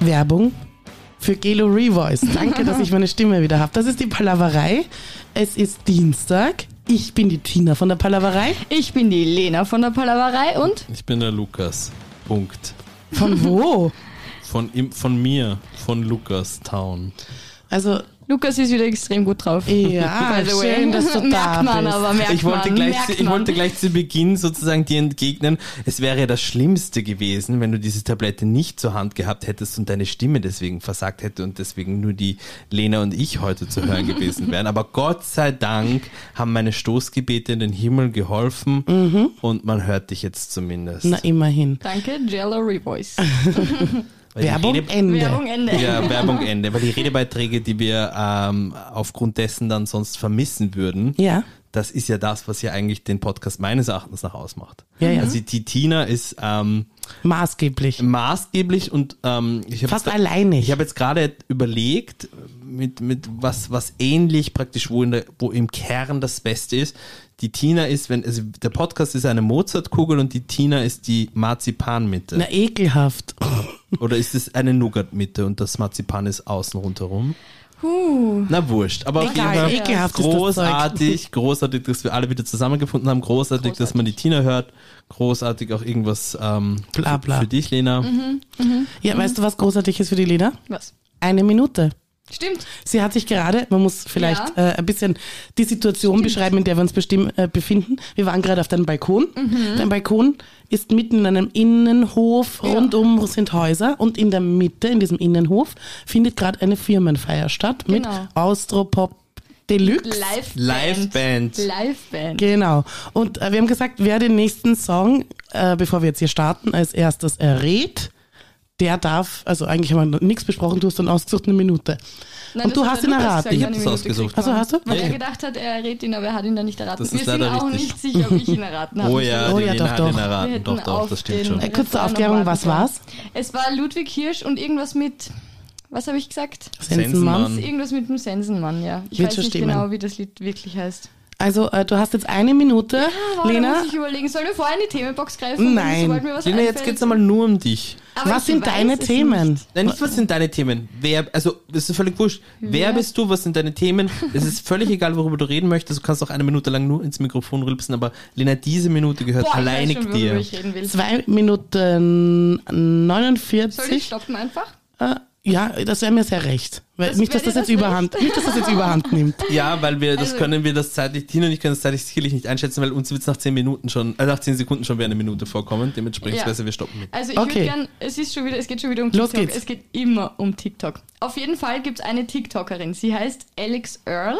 Werbung für Gelo Revoice. Danke, dass ich meine Stimme wieder habe. Das ist die Palaverei. Es ist Dienstag. Ich bin die Tina von der Palaverei. Ich bin die Lena von der Palaverei und Ich bin der Lukas. Punkt. Von wo? Von, ihm- von mir, von Lukas Town. Also, Lukas ist wieder extrem gut drauf. ja, By the way. schön, dass du da merkt man bist. aber, merkt Ich wollte, man, gleich, merkt zu- ich man. wollte gleich zu Beginn sozusagen dir entgegnen, es wäre ja das Schlimmste gewesen, wenn du diese Tablette nicht zur Hand gehabt hättest und deine Stimme deswegen versagt hätte und deswegen nur die Lena und ich heute zu hören gewesen wären. Aber Gott sei Dank haben meine Stoßgebete in den Himmel geholfen Mhm. und man hört dich jetzt zumindest. Na, immerhin. Danke, Jello Revoice. Weil die Werbung Rede- Ende. Werbung Ende. Ja, Werbung Ende. Weil die Redebeiträge, die wir ähm, aufgrund dessen dann sonst vermissen würden, Ja. das ist ja das, was ja eigentlich den Podcast meines Erachtens nach ausmacht. Ja, ja. Also die Tina ist ähm, Maßgeblich. Ähm, maßgeblich und ähm, ich habe Fast alleinig. Ich habe jetzt gerade überlegt, mit, mit was, was ähnlich praktisch, wo, in der, wo im Kern das Beste ist. Die Tina ist, wenn, also der Podcast ist eine Mozartkugel und die Tina ist die Marzipanmitte. Na, ekelhaft. Oder ist es eine Nougat-Mitte und das Marzipan ist außen rundherum? Huh. Na wurscht, aber auf jeden Egal, Fall ekelhaft ist das großartig, großartig, dass wir alle wieder zusammengefunden haben, großartig, dass man die Tina hört, großartig auch irgendwas ähm, Bla, bla. Mhm. für dich, Lena. Ja, weißt du, was großartig ist für die Lena? Was? Eine Minute. Stimmt. Sie hat sich gerade, man muss vielleicht Ja. äh, ein bisschen die Situation beschreiben, in der wir uns bestimm, äh, befinden. Wir waren gerade auf deinem Balkon. Dein Balkon ist mitten in einem Innenhof, Mhm. Ja. rundum sind Häuser und in der Mitte, in diesem Innenhof, findet gerade eine Firmenfeier statt mit Genau. Austropop Deluxe. Live Liveband. Live Band. Genau. Und äh, wir haben gesagt, wer den nächsten Song, äh, bevor wir jetzt hier starten, als erstes errät, der darf, also eigentlich haben wir noch nichts besprochen, du hast dann ausgesucht eine Minute. Nein, Und du das hast hat ihn der Lukas erraten. gesagt, Ich eine hab das Minute ausgesucht. kriegt man. Ach so, Also hast du? Weil Ja. er gedacht hat, er errät ihn, aber er hat ihn dann nicht erraten. Das Wir ist sind leider auch richtig. nicht sicher, ob ich ihn erraten habe. Oh ja, Oh die ja, Lena doch, hat den doch. Wir erraten, hätten doch, doch, auf das stimmt den schon. Äh, kurze Refrain noch Aufklärung, warten was sollen. war's? Es war Ludwig Hirsch und irgendwas mit, was habe ich gesagt? Sensenmann. Sensenmann. Irgendwas mit dem Sensenmann, ja. Ich Wird weiß schon nicht stimmen. genau, wie das Lied wirklich heißt. Also, äh, du hast jetzt eine Minute, Wow, Ah, da Lena. muss ich überlegen. Sollen wir vorher in die Themenbox greifen? Nein. Sobald mir was Lena, jetzt einfällt? geht's einmal nur um dich. Aber was ich sind weiß deine es Themen? nicht. Nein, nicht, was sind deine Themen? Wer, also, das ist völlig wurscht. Wer Wer? bist du? Was sind deine Themen? Es ist völlig egal, worüber du reden möchtest. Du kannst auch eine Minute lang nur ins Mikrofon rülpsen, aber Lena, diese Minute gehört Boah, ich alleinig weiß schon, worüber dir. ich reden will. Zwei Minuten Soll 49. ich stoppen einfach? Äh, ja, das wäre mir sehr recht. Weil Das nicht, dass wär das dir jetzt das überhand, nicht, dass das jetzt überhand nimmt. Ja, weil wir, das Also- können wir das zeitlich, Tina und ich können das zeitlich sicherlich nicht einschätzen, weil uns wird es nach 10 Minuten schon, äh, nach 10 Sekunden schon wieder eine Minute vorkommen. Dementsprechend Ja. besser, wir stoppen mit. Also ich Okay. würde gern, es ist schon wieder, es geht schon wieder um Los TikTok. geht's. Es geht immer um TikTok. Auf jeden Fall gibt es eine TikTokerin. Sie heißt Alex Earl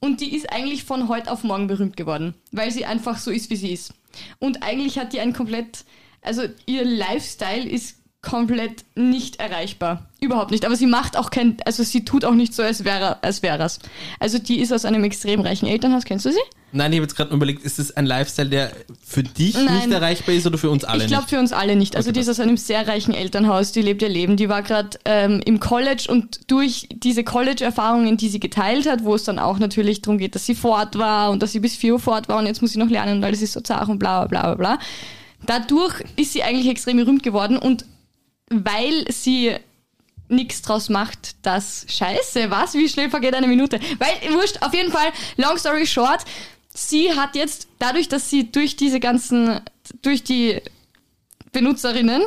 und die ist eigentlich von heute auf morgen berühmt geworden, weil sie einfach so ist, wie sie ist. Und eigentlich hat die ein komplett, also ihr Lifestyle ist komplett nicht erreichbar. Überhaupt nicht. Aber sie macht auch kein, also sie tut auch nicht so, als wäre als wär's. Also die ist aus einem extrem reichen Elternhaus. Kennst du sie? Nein, ich habe jetzt gerade nur überlegt, ist es ein Lifestyle, der für dich nicht Nein. erreichbar ist oder für uns alle Ich glaube nicht? für uns alle nicht. Also Okay, die ist aus einem sehr reichen Elternhaus, die lebt ihr Leben. Die war gerade ähm, im College und durch diese College-Erfahrungen, die sie geteilt hat, wo es dann auch natürlich darum geht, dass sie fort war und dass sie bis 4 Uhr fort war und jetzt muss sie noch lernen und alles ist so zart und bla bla bla bla bla. Dadurch ist sie eigentlich extrem berühmt geworden und weil sie nichts draus macht, das scheiße. Was? Wie schnell vergeht eine Minute? Weil, wurscht, auf jeden Fall, long story short, sie hat jetzt, dadurch, dass sie durch diese ganzen, durch die Benutzerinnen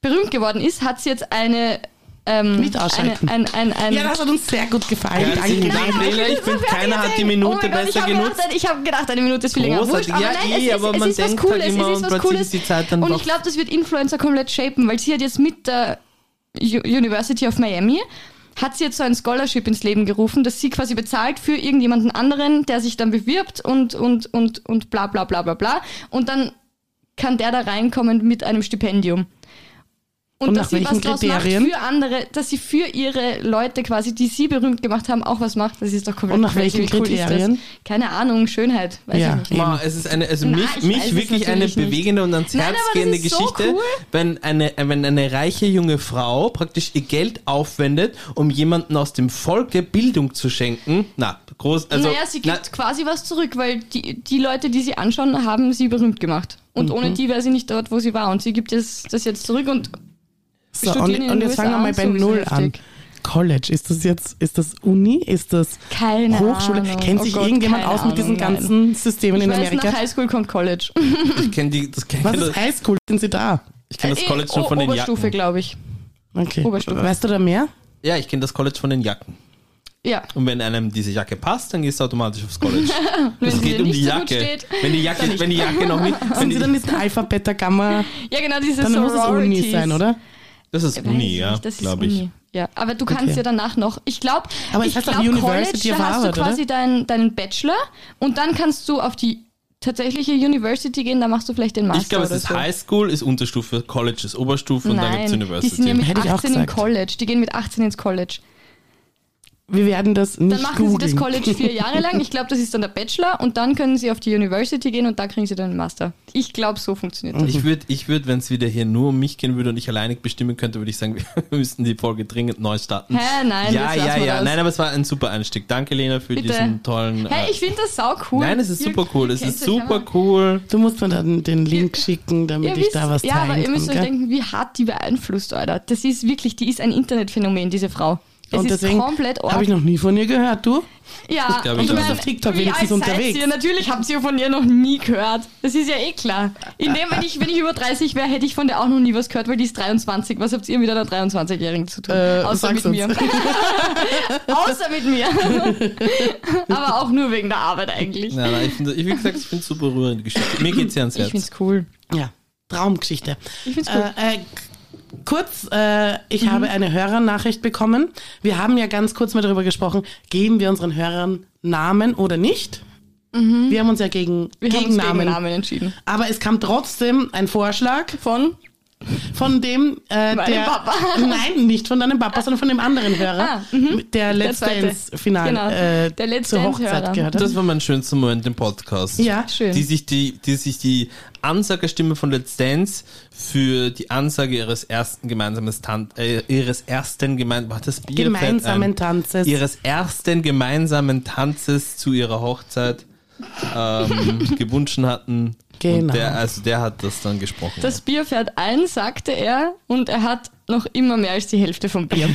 berühmt geworden ist, hat sie jetzt eine ähm, Nicht ausschalten. Eine, ein, ein, ein, Ja, das hat uns sehr gut gefallen. Herzlichen Danke. Dank, Lena. Ich finde, keiner hat die oh Minute mein Gott, ich besser hab genutzt. Gedacht, ich habe gedacht, eine Minute ist viel länger. Großartig. Wurscht, aber Ja, nein, eh, es ist, aber es man ist was denkt halt Cooles. immer es und ist was plötzlich Cooles. ist die Zeit dann und doch- ich glaube, das wird Influencer komplett shapen, weil sie hat jetzt mit der U- University of Miami hat sie jetzt so ein Scholarship ins Leben gerufen, dass sie quasi bezahlt für irgendjemanden anderen, der sich dann bewirbt und, und, und, und bla bla bla bla bla. Und dann kann der da reinkommen mit einem Stipendium. Und, Und dass nach sie welchen was draus Kriterien? macht für andere, dass sie für ihre Leute quasi, die sie berühmt gemacht haben, auch was macht, das ist doch komplett Und nach crazy. welchen Wie cool ist das? Kriterien? Keine Ahnung, Schönheit, weiß Ja. ich nicht. Ma, es ist eine, also Na, mich, ich weiß mich es wirklich eine natürlich nicht. bewegende und ans Nein, Herz aber das gehende ist so Geschichte, cool. wenn, eine, wenn eine reiche junge Frau praktisch ihr Geld aufwendet, um jemanden aus dem Volke Bildung zu schenken. Na, groß, also. naja, sie na, gibt quasi was zurück, weil die, die Leute, die sie anschauen, Mhm. haben sie berühmt gemacht. Und ohne die wäre sie nicht dort, wo sie war. Und sie gibt das, das jetzt zurück und So, studieren und, in den und jetzt USA fangen wir mal bei sowieso Null an. heftig. College, ist das jetzt, ist das Uni, ist das Keine Hochschule? Ahnung. Kennt Oh sich Gott, irgendjemand keine aus mit diesen Ahnung, nein. ganzen Systemen Ich in weiß, halt Amerika? nach Highschool kommt College. Ich kenne die, das, kenn Was das, ist Highschool? Sind Sie da? ich kenn das Äh, College nur von den Oberstufe, Jacken. glaube ich. Okay. Oberstufe. Weißt du da mehr? Ja, ich kenne das College von den Jacken. Ja. Und wenn einem diese Jacke passt, dann gehst du automatisch aufs College. Wenn Es sie geht dir um nicht die so gut Jacke. steht. wenn die Jacke, wenn die Jacke noch nicht, wenn Sind Sie die, dann mit Alpha, Beta, Gamma? Ja, genau, diese Dann muss es Sororities. Uni sein, oder? das ist Weiß Uni, ich ja, nicht, das ist glaube ich. Uni. Ja, aber du kannst Okay. ja danach noch, ich glaube, Aber es ich heißt auch glaub, University College, of da hast du Harvard, quasi deinen, deinen Bachelor und dann kannst du auf die tatsächliche University gehen, da machst du vielleicht den Master Ich glaube, es oder ist so. Highschool, ist Unterstufe, College ist Oberstufe und dann Nein, gibt's die sind ja University. mit Hätte ich auch 18 im gesagt. College, die gehen mit 18 ins College. Wir werden das nicht Dann machen googeln. sie das College vier Jahre lang, ich glaube, das ist dann der Bachelor und dann können sie auf die University gehen und da kriegen sie dann einen Master. Ich glaube, so funktioniert das. Ich würde, ich würd, wenn es wieder hier nur um mich gehen würde und ich alleinig bestimmen könnte, würde ich sagen, wir müssten die Folge dringend neu starten. Hä, nein, ja, das lassen ja, wir ja. raus. Nein, aber es war ein super Einstieg. Danke, Lena, für Bitte. diesen tollen. Hey, äh, ich finde das sau cool. nein, es ist Ihr- super cool. ihr Es kennt ist euch, aber- super cool. Du musst mir dann den Link schicken, damit ich da was ja, teilen aber ihr müsst kann. euch gell? denken, wie hart die beeinflusst, Alter. Das ist wirklich, die ist ein Internetphänomen, diese Frau. Es Und ist deswegen komplett habe ich noch nie von ihr gehört, du? ja, glaub ich Und du bist auf TikTok wenigstens alt seid unterwegs. Ihr? Natürlich habt ihr von ihr noch nie gehört. Das ist ja eh klar. In dem, wenn ich, wenn ich über 30 wäre, hätte ich von der auch noch nie was gehört, weil die ist 23. Was habt ihr mit einer 23-Jährigen zu tun? Äh, Außer sag's mit uns. mir. Außer mit mir. aber auch nur wegen der Arbeit eigentlich. Nein, nein, ich finde, ich, wie gesagt, ich finde es super rührende Geschichte. Mir geht's ja ans Ich Herz. find's cool. Ja, Traumgeschichte. Ich find's cool. Mhm. Äh, äh, k- kurz, äh, ich habe eine Hörernachricht bekommen. Wir haben ja ganz kurz mal darüber gesprochen, geben wir unseren Hörern Namen oder nicht? Wir haben uns ja gegen, Mhm. Wir gegen, haben uns Namen. gegen Namen entschieden. Aber es kam trotzdem ein Vorschlag Von? von dem, äh, Meinem der, Papa. nein, nicht von deinem Papa, sondern von dem anderen Hörer, Ah, mhm. der Let's zweite. Dance Final Genau. äh, Der Let's zur Dance Hochzeit Hörer. gehört hat. Das war mein schönster Moment im Podcast. ja, Schön. Die sich die, die sich die Ansagerstimme von Let's Dance für die Ansage ihres ersten gemeinsamen Tan äh, ihres ersten gemein Boah, das Bier fällt gemeinsamen ein. Tanzes. ihres ersten gemeinsamen Tanzes zu ihrer Hochzeit ähm, gewünscht hatten. Und Genau. der, also der hat das dann gesprochen. Das Bier fährt ein, sagte er, und er hat noch immer mehr als die Hälfte vom Bier.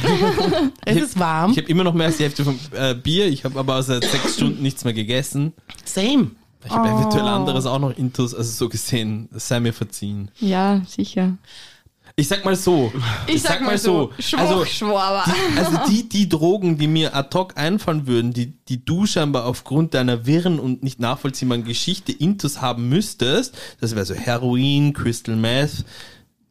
Es ist warm. ich habe immer noch mehr als die Hälfte vom äh, Bier. Ich habe aber seit sechs Stunden nichts mehr gegessen. Same. Ich habe Oh. eventuell anderes auch noch intus, also so gesehen, es sei mir verziehen. ja, sicher. Ich sag mal so. Ich, sag, mal so, Schwuch, also, Schwaber. also die, die Drogen, die mir ad hoc einfallen würden, die, die du scheinbar aufgrund deiner wirren und nicht nachvollziehbaren Geschichte intus haben müsstest, das wäre so Heroin, Crystal Meth,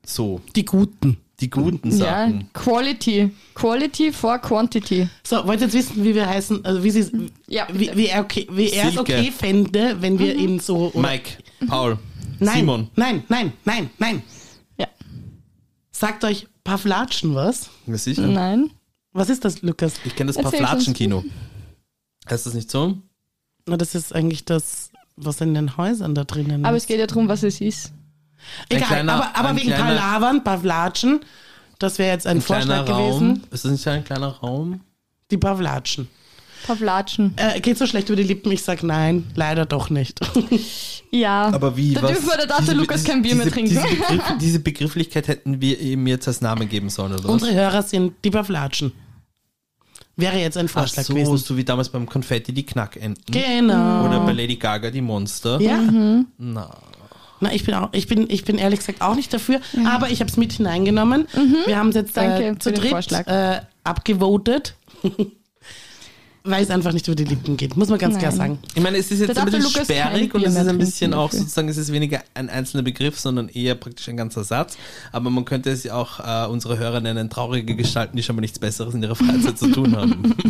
so Die Guten. die guten Ja, Sachen. Quality. Quality for Quantity. So, wollt ihr jetzt wissen, wie wir heißen, also wie sie Ja, Mhm. wie, wie er, okay, wie er es Silke. okay fände, wenn wir ihn so. oder- Mike, Paul, nein, Simon. Nein, nein, nein, nein. Ja. Sagt euch Pavlatschen was? Ja, Mhm. sicher. Nein. Was ist das, Lukas? Ich kenne das Erzähl's uns. Pavlatschen-Kino. Heißt das nicht so? Na, das ist eigentlich das, was in den Häusern da drinnen Aber es ist. geht ja darum, was es ist. Egal, kleiner- aber, aber ein wegen kleiner- Palavern, Pavlatschen, das wäre jetzt ein, Ein kleiner Vorschlag Raum. gewesen. Ist das nicht ein kleiner Raum? Die Pavlatschen. Pavlatschen. Äh, geht so schlecht über die Lippen, ich sag nein, leider doch nicht. Ja. Aber wie? Da was? dürfen wir, da darf der Lukas kein Bier diese, mehr trinken. Diese, Begriff, diese Begrifflichkeit hätten wir ihm jetzt als Namen geben sollen, oder? was? Unsere Hörer sind die Pavlatschen. Wäre jetzt ein Ach Vorschlag so, gewesen. so wie damals beim Konfetti die Knackenten. Genau. Oder bei Lady Gaga die Monster. Ja. Na, Na, ich bin auch, ich bin, ich bin ehrlich gesagt auch nicht dafür, aber ich habe es mit hineingenommen. Wir haben es jetzt äh, Mhm. Danke zu für den dritt Vorschlag. äh, abgevotet, weil es einfach nicht über die Lippen geht. Muss man ganz Nein. klar sagen. Ich meine, es ist jetzt Da darf ein der bisschen Lukas kein sperrig Bier und es mehr ist ein trinken bisschen auch dafür. sozusagen, es ist weniger ein einzelner Begriff, sondern eher praktisch ein ganzer Satz. Aber man könnte es ja auch äh, unsere Hörer nennen, traurige Gestalten, die schon mal nichts Besseres in ihrer Freizeit zu tun haben.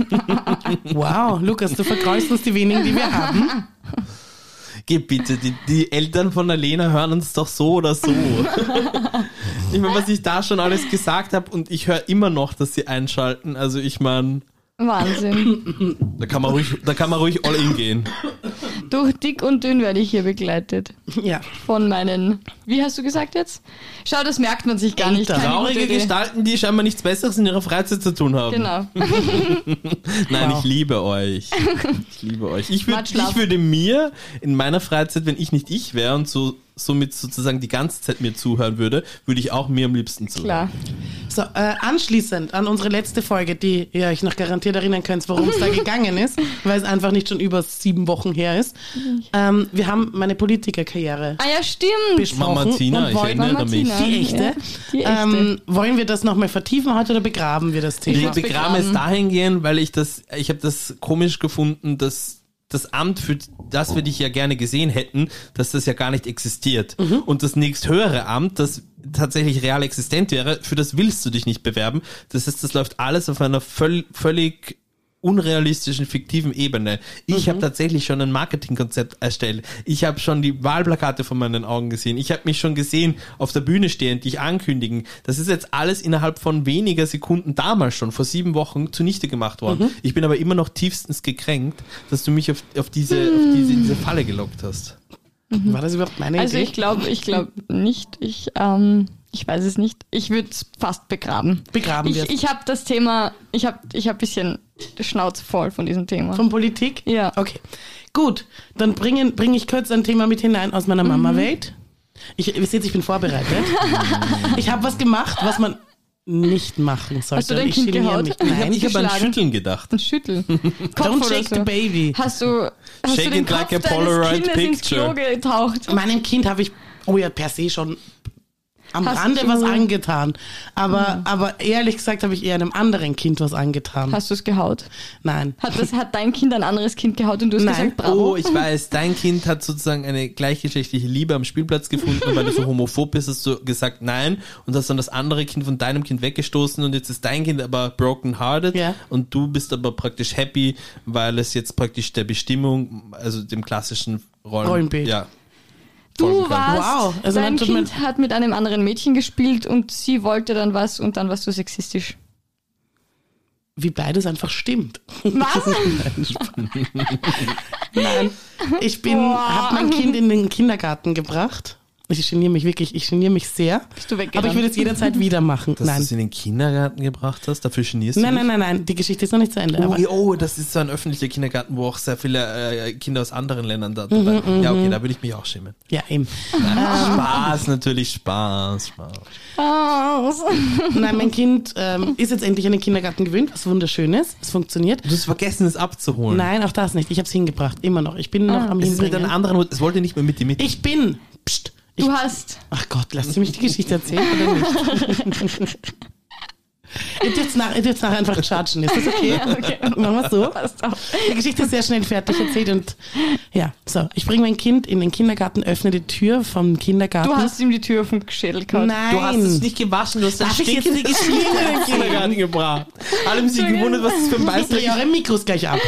Wow, Lukas, du verkreust uns die wenigen, die wir haben. Geh bitte, die, die Eltern von Alena hören uns doch so oder so. ich meine, was ich da schon alles gesagt habe und ich höre immer noch, dass sie einschalten. Also ich meine, Wahnsinn. da kann man ruhig, da kann man ruhig all in gehen. Durch dick und dünn werde ich hier begleitet. Ja, Von meinen. Wie hast du gesagt jetzt? Schau, das merkt man sich gar nicht. Eltern. Keine gute Traurige Idee. Gestalten, die scheinbar nichts Besseres in ihrer Freizeit zu tun haben. Genau. Nein, Wow. ich liebe euch. Ich liebe euch. Ich, würd, Much love. ich würde mir in meiner Freizeit, wenn ich nicht ich wäre und so somit sozusagen die ganze Zeit mir zuhören würde, würde ich auch mir am liebsten zuhören. Klar. So, äh, anschließend an unsere letzte Folge, die ihr euch noch garantiert erinnern könnt, worum es da gegangen ist, weil es einfach nicht schon über sieben Wochen her ist. Ähm, wir haben meine Politikerkarriere Ah ja, stimmt. besprochen Mama Tina, und ich wollten erinnere mich. Tina. die echte. Ja, die echte. Ähm, wollen wir das nochmal vertiefen heute oder begraben wir das Ich Thema? würd's begraben es begraben. dahingehend, weil ich das, ich habe das komisch gefunden, dass das Amt, für das wir dich ja gerne gesehen hätten, dass das ja gar nicht existiert. Und das nächsthöhere Amt, das tatsächlich real existent wäre, für das willst du dich nicht bewerben. Das heißt, das läuft alles auf einer völ völlig unrealistischen, fiktiven Ebene. Ich habe tatsächlich schon ein Marketingkonzept erstellt. Ich habe schon die Wahlplakate vor meinen Augen gesehen. Ich habe mich schon gesehen auf der Bühne stehend, dich ankündigen. Das ist jetzt alles innerhalb von weniger Sekunden damals schon, vor sieben Wochen, zunichte gemacht worden. Ich bin aber immer noch tiefstens gekränkt, dass du mich auf, auf, diese, auf diese, diese Falle gelockt hast. War das überhaupt meine Also Idee? ich glaube, ich glaube nicht. Ich, ähm, ich weiß es nicht. Ich würde es fast begraben. begraben wir Ich, es. ich habe das Thema, ich habe ich hab ein bisschen Schnauze voll von diesem Thema. Von Politik? Ja. Okay. Gut, dann bringe bring ich kurz ein Thema mit hinein aus Mhm. meiner Mama-Welt. Ich, ihr seht, ich bin vorbereitet. ich habe was gemacht, was man nicht machen sollte. Hast du dein Und ich Kind geniere gehaut? mich. Ich hab- Nein. Ich habe an geschlagen. Schütteln gedacht. Ein Schüttel. Kopf Don't oder shake so. the baby. Hast du, hast Shake du den it like Kopf a Polaroid deines Kindes ins picture. Klo getaucht? Meinem Kind habe ich, oh ja, per se schon am Hast Rande du- Mhm. was angetan. Aber, aber ehrlich gesagt habe ich eher einem anderen Kind was angetan. Hast du es gehaut? Nein. Hat, das, hat dein Kind ein anderes Kind gehaut und du hast Nein. gesagt, bravo. Oh, ich weiß, dein Kind hat sozusagen eine gleichgeschlechtliche Liebe am Spielplatz gefunden, und weil du so homophob bist, hast du gesagt nein und hast dann das andere Kind von deinem Kind weggestoßen und jetzt ist dein Kind aber broken hearted Ja. und du bist aber praktisch happy, weil es jetzt praktisch der Bestimmung, also dem klassischen Rollen, Rollenbild. Ja. Du folgen kann. warst, Wow, also dein dann tut mir- Kind hat mit einem anderen Mädchen gespielt und sie wollte dann was und dann warst du sexistisch. Wie beides einfach stimmt. Was? Nein. Ich bin, Boah. habe mein Kind in den Kindergarten gebracht. Ich geniere mich wirklich, ich geniere mich sehr. Bist du weggerannt? Aber ich würde es jederzeit wieder machen. Dass du nein. es in den Kindergarten gebracht hast, dafür genierst du Nein, dich? nein, nein, nein, die Geschichte ist noch nicht zu Ende. Oh, Aber oh, das ist so ein öffentlicher Kindergarten, wo auch sehr viele äh, Kinder aus anderen Ländern da Mhm, dabei sind. Ja, okay, da würde ich mich auch schämen. ja, eben. Ähm. Spaß, natürlich Spaß, Spaß. Nein, mein Kind ähm, ist jetzt endlich an den Kindergarten gewöhnt, was wunderschön ist. Es funktioniert. Du hast vergessen, es abzuholen. Nein, auch das nicht. Ich habe es hingebracht. Immer noch. Ich bin noch Ah. am Es ist halt mit einer Hinbringen. anderen, es wollte nicht mehr mit dir mit. Ich bin. Psst. Ich, Du hast. ach Gott, lasst ihr mich die Geschichte erzählen oder nicht? ihr dürft nach, ihr dürft's nachher einfach chargen. Ist das okay? Okay. Machen wir so. Passt auf. Die Geschichte ist sehr schnell fertig erzählt und ja, so. Ich bringe mein Kind in den Kindergarten, öffne die Tür vom Kindergarten. Du hast ihm die Tür vom Schädel gehauen. Nein. du hast es nicht gewaschen, du hast ein Darf ich jetzt stinkendes eine Geschirr Geschichte in den erzählen? Kindergarten gebracht. Alle haben sich gewundert, was das für ein Ich drehe Beißer eure Mikros gleich ab.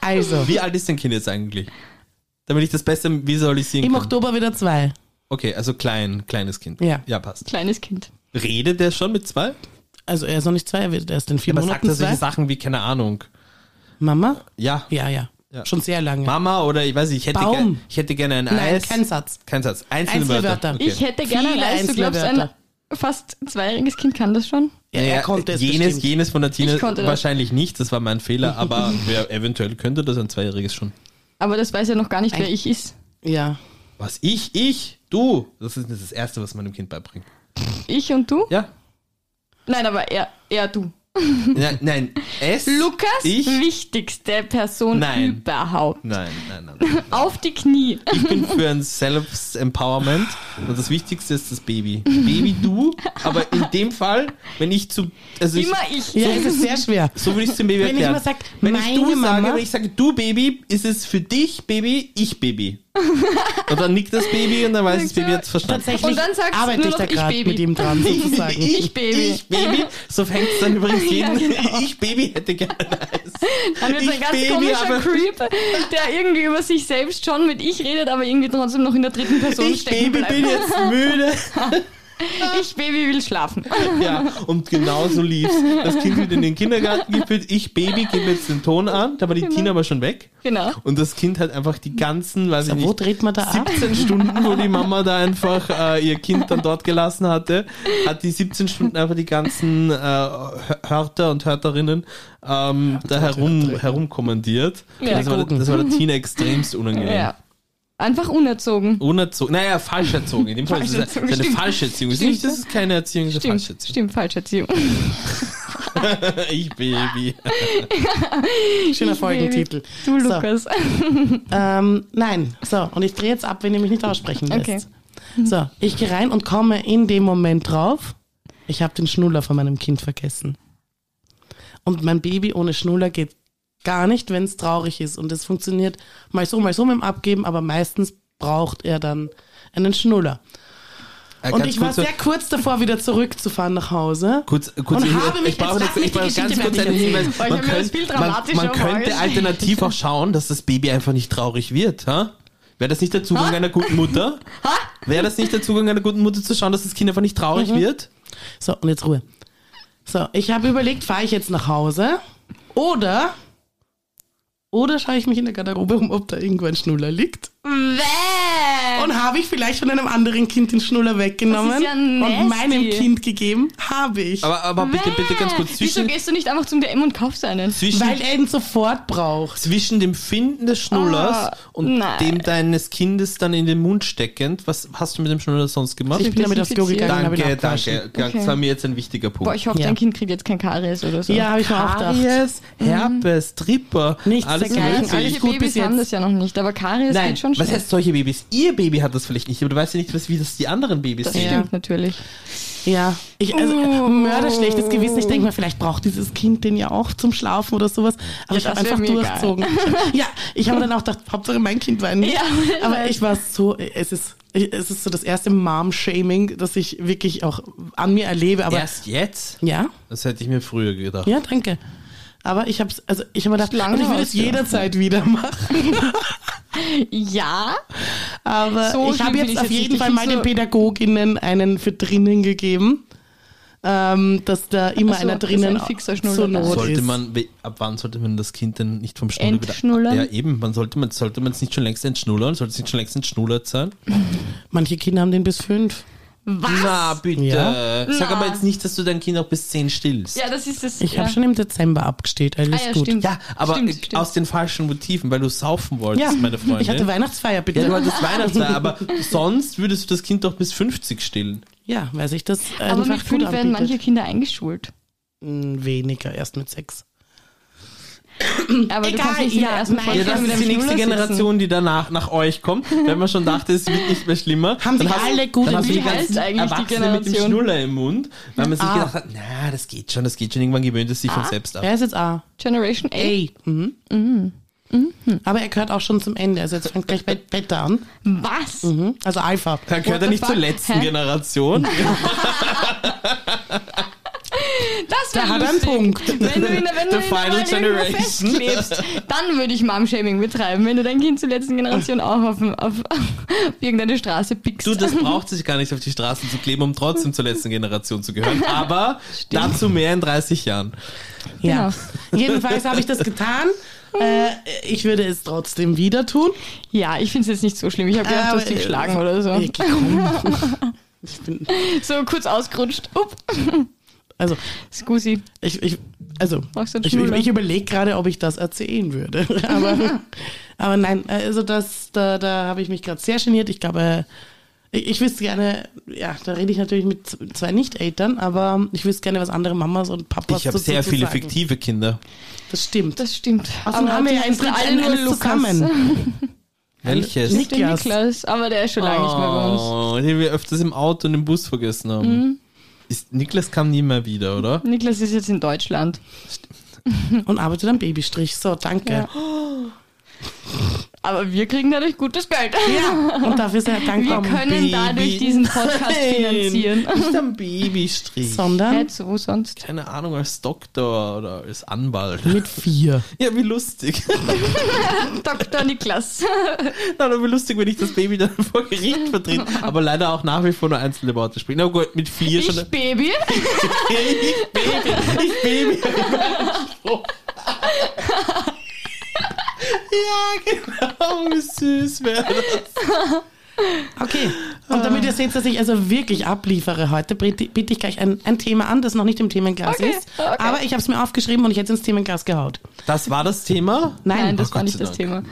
Also, Wie alt ist dein Kind jetzt eigentlich? Damit ich das Beste visualisieren im kann. Oktober wieder zwei. Okay, also klein, kleines Kind. Ja. Ja, passt. Kleines Kind. Redet der schon mit zwei? Also er ist noch nicht zwei, er wird erst in vier Aber sagt Monaten er solche zwei. Sachen wie, keine Ahnung. Mama? Ja. Ja, ja, Ja. Schon sehr lange. Mama oder ich weiß nicht, ich hätte, Baum. gern, ich hätte gerne ein Nein, Eis. kein Satz. Kein Satz. Einzelne, Einzelne Wörter. Wörter. Ich hätte gerne Viele ein Eis. Du glaubst, ein Einzelwörter. fast zweijähriges Kind kann das schon? Ja, Naja, er konnte es jenes, bestimmt. jenes von der Tina Ich konnte das. wahrscheinlich nicht, das war mein Fehler, aber wer, eventuell könnte das ein Zweijähriges schon. Aber das weiß ja noch gar nicht, wer Ein- ich ist. Ja. Was? Ich? Ich? Du? Das ist das Erste, was man dem Kind beibringt. Ich und du? Ja. Nein, aber er, er, du. Nein, nein. Es? Lukas, Ich? wichtigste Person Nein. überhaupt. Nein, nein, nein. Auf die Knie. Ich bin für ein Self-Empowerment und das Wichtigste ist das Baby. Baby du, aber in dem Fall, wenn ich zu... Also ich, Immer ich. Ja, es ist sehr schwer. so würde ich es dem Baby Wenn ich erklären. mal sag, wenn ich meine du sage, Mama- wenn ich sage, du Baby, ist es für dich Baby, ich Baby. Und dann nickt das Baby und dann weiß das Baby jetzt verstanden. Oh Tatsächlich Und dann sagst du arbeite nur ich noch da ich, gerade Baby. mit ihm dran, sozusagen. Ich Baby. Ich Baby. So fängt es dann übrigens Ja, jeden. genau. Ich Baby hätte gerne ein Eis. Dann wird so ein Ich ganz Baby, aber- komischer Creep, der irgendwie über sich selbst schon mit ich redet, aber irgendwie trotzdem noch in der dritten Person Ich stecken Baby bleibt. bin jetzt müde. Ich Baby will schlafen. Ja, und genauso lief's. Das Kind wird in den Kindergarten geführt. Ich Baby gebe jetzt den Ton an. Da war die Tina aber schon weg. Genau. Und das Kind hat einfach die ganzen, weiß ich Wo nicht, dreht man da ab? 17 Stunden, wo die Mama da einfach äh, ihr Kind dann dort gelassen hatte, hat die 17 Stunden einfach die ganzen äh, Hör- Hörter und Hörterinnen ähm, da herum, herumkommandiert. Ja. Das, war, das war der Tina extremst unangenehm. Ja. Einfach unerzogen. Unerzogen. Naja, falsch erzogen. In dem Fall ist Falsch es erzogen, eine, eine stimmt. falsche Erziehung. Es ist Stimmt. nicht, das ist keine Erziehung, es ist eine Stimmt, falsche Erziehung. stimmt, Falscherziehung. ich Baby. Schöner Ich Folgentitel. Du, So. Lukas. Ähm, nein, so, und ich drehe jetzt ab, wenn ihr mich nicht aussprechen lässt. Okay. So, ich gehe rein und komme in dem Moment drauf, ich habe den Schnuller von meinem Kind vergessen. Und mein Baby ohne Schnuller geht gar nicht, wenn es traurig ist. Und es funktioniert mal so, mal so mit dem Abgeben, aber meistens braucht er dann einen Schnuller. Und ich war sehr Äh, kurz davor, wieder zurückzufahren nach Hause. Kurz, kurz Und ich, habe mich- ich brauche jetzt lass jetzt, ich mich die brauche ganz Geschichte kurz einen fertig Hinweis. Weil ich Man hab mir das könnte, Bild man, dramatischer man könnte vorgestellt. alternativ auch schauen, dass das Baby einfach nicht traurig wird. Ha? Wäre das nicht der Zugang einer guten Mutter? Wäre das nicht der Zugang einer guten Mutter zu schauen, dass das Kind einfach nicht traurig Mhm. wird? So, und jetzt Ruhe. So, ich habe überlegt, fahre ich jetzt nach Hause oder, oder schaue ich mich in der Garderobe um, ob da irgendwo ein Schnuller liegt. Bäh. Und habe ich vielleicht von einem anderen Kind den Schnuller weggenommen Das ist ja nasty. und meinem Kind gegeben? Habe ich. Aber, aber bitte, bitte ganz kurz Wieso zwischen, gehst du nicht einfach zum DM und kaufst einen? zwischen, weil er ihn sofort braucht. zwischen dem Finden des Schnullers Ah, und nein. dem deines Kindes dann in den Mund steckend. Was hast du mit dem Schnuller sonst gemacht? Ich bin damit aufs Klo gegangen und genau, habe ihn danke, abgewaschen. danke. Ja, Das war mir jetzt ein wichtiger Punkt. Boah, ich hoffe, Ja. dein Kind kriegt jetzt kein Karies oder so. Ja, habe ich mir auch gedacht. Mhm. Karies, Herpes, Tripper, Nichts alles dergleichen, möglich. alles Solche gut Babys bis haben jetzt. das ja noch nicht, aber Karies Nein, geht schon was schnell. heißt solche Babys? Ihr Baby hat das vielleicht nicht, aber du weißt ja nicht, was, wie das die anderen Babys das sehen. stimmt natürlich. Ja. Ich, also, Oh. Mörder schlechtes Gewissen. Ich denke mir, vielleicht braucht dieses Kind den ja auch zum Schlafen oder sowas. Aber Ja, ich habe das wär einfach mir egal. durchgezogen. ja, ich habe dann auch gedacht, Hauptsache mein Kind weint nicht. Ja, Aber ich war so, es ist, es ist so das erste Mom-Shaming, das ich wirklich auch an mir erlebe. Aber Erst jetzt? ja. Das hätte ich mir früher gedacht. Ja, danke. Aber ich hab's, also ich habe mir gedacht, Schlange und ich würde es ausgelassen. jederzeit wieder machen. Ja, Aber So ich schlimm habe finde jetzt ich's auf jetzt nicht. jeden Ich Fall mal den find's so- Pädagoginnen einen für drinnen gegeben, ähm, dass da immer Ach so, einer dass drinnen ein fixer Schnuller zur da Not Sollte ist. man, we- ab wann sollte man das Kind denn nicht vom Schnuller Entschnullern? Ja, eben. Man sollte man sollte man es nicht schon längst entschnullern? Sollte es nicht schon längst entschnullert sein? Manche Kinder haben den bis fünf. was? Na, bitte. Ja. Sag Na. aber jetzt nicht, dass du dein Kind auch bis 10 stillst. Ja, das ist das. Ich ja. habe schon im Dezember abgestellt, alles Ah, ja, gut. stimmt. Ja, aber Stimmt, äh, stimmt. aus den falschen Motiven, weil du saufen wolltest, Ja, meine Freundin. ich hatte Weihnachtsfeier, bitte. ja, du Ja, hattest Weihnachtsfeier, aber sonst würdest du das Kind doch bis 50 stillen. weil sich das aber einfach mit gut fünf werden manche anbietet. Kinder eingeschult. Hm, Weniger, erst mit sechs. Aber du Egal, kannst nicht in ja, der ersten nein. Folge Ja, kann das mit ist einem die nächste Schnuller sitzen. Generation, die danach nach euch kommt. Wenn man schon dachte, es wird nicht mehr schlimmer. Haben dann sich hast- alle gut dann hast du die entwickelt. ganzen Wie heißt eigentlich die Erwachsene mit dem Generation? Schnuller im Mund, weil man sich Ah. gedacht hat, na, das geht schon, das geht schon. Irgendwann gewöhnt es sich Ah. von selbst ab. Er ist jetzt A. Generation A. Ey. Mhm. Mhm. Aber er gehört auch schon zum Ende. Also jetzt fängt gleich bei Beta an. Was? Mhm. Also Alpha. Dann gehört What er the nicht zur fuck? letzten Hä? Generation. Das Da wäre hat er einen lustig. Punkt. Wenn du ihn, wenn The du ihn final einmal irgendwo generation. festklebst, dann würde ich Mom-Shaming betreiben, wenn du dein Kind zur letzten Generation auch auf, dem- auf, auf irgendeine Straße pickst. Du, das braucht sich gar nicht auf die Straßen zu kleben, um trotzdem zur letzten Generation zu gehören. Aber dazu mehr in 30 Jahren. Ja. Genau. Jedenfalls habe ich das getan. Äh, ich würde es trotzdem wieder tun. ja, ich finde es jetzt nicht so schlimm. Ich habe gedacht, du Aber, hast äh, dich geschlagen oder so. Ich komm. Ich bin, So kurz ausgerutscht. Upp, also, Scusi. ich, ich, also, Brauchst du einen ich, ich, Schnuller? ich überlege gerade, ob ich das erzählen würde. Aber, aber nein, also das, da, da habe ich mich gerade sehr geniert. Ich glaube, ich, ich wüsste gerne, ja, da rede ich natürlich mit z- zwei Nicht-Eltern, aber ich wüsste gerne, was andere Mamas und Papas Ich habe dazu sehr zu viele sagen. fiktive Kinder. Das stimmt. Das stimmt. Außerdem haben wir die ja ein heißen Drittel eines zusammen. Welches? Nick- Der Niklas. Niklas, aber der ist schon lange nicht mehr bei uns. Mhm. Oh, den wir öfters im Auto und im Bus vergessen haben. Ist, Niklas kam nie mehr wieder, oder? Niklas ist jetzt in Deutschland. Und arbeitet am Babystrich. So, danke. Ja. Aber wir kriegen dadurch gutes Geld. Und dafür sehr Wir dankbar. um können dadurch diesen Podcast Nein, finanzieren. Nicht am Babystrich. Sondern Jetzt, wo sonst? Keine Ahnung, als Doktor oder als Anwalt. mit vier. Ja, wie lustig. Dr. Niklas. Na, nur wie lustig, wenn ich das Baby dann vor Gericht vertrete, aber leider auch nach wie vor nur einzelne Worte spreche. Na gut, mit vier schon. Ich, Baby. Ich Baby, ich Baby. ja, genau, wie süß wäre das. Okay. Und damit ihr seht, dass ich also wirklich abliefere heute, biete biete ich gleich ein, ein Thema an, das noch nicht im Themenglas Okay, ist. okay. Aber ich habe es mir aufgeschrieben und ich hätte ins Themenglas gehaut. Das war das Thema? Nein, Nein, das Ach, war Gott nicht sei das Thema.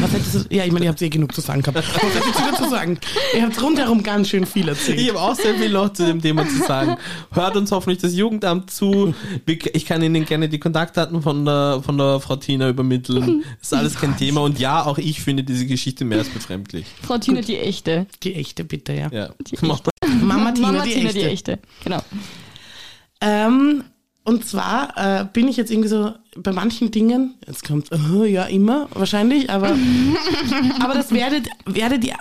Was hättest du, ja, ich meine, ihr habt eh genug zu sagen gehabt. Was hättest du dazu sagen? Ihr habt rundherum ganz schön viel Ich erzählt. habe auch sehr viel noch zu dem Thema zu sagen. Hört uns hoffentlich das Jugendamt zu. Wir- Ich kann Ihnen gerne die Kontaktdaten von der, von der Frau Tina übermitteln. Ist alles kein Thema. Und ja, auch ich finde diese Geschichte mehr als befremdlich. Frau Tina, die echte. Die echte, bitte, ja. Ja. Die Macht Mama Tina, Mama die Tina, echte. die echte. Genau. Ähm, und zwar äh, bin ich jetzt irgendwie so bei manchen Dingen, jetzt kommt, oh, ja, immer wahrscheinlich, aber, aber das werdet, werdet ihr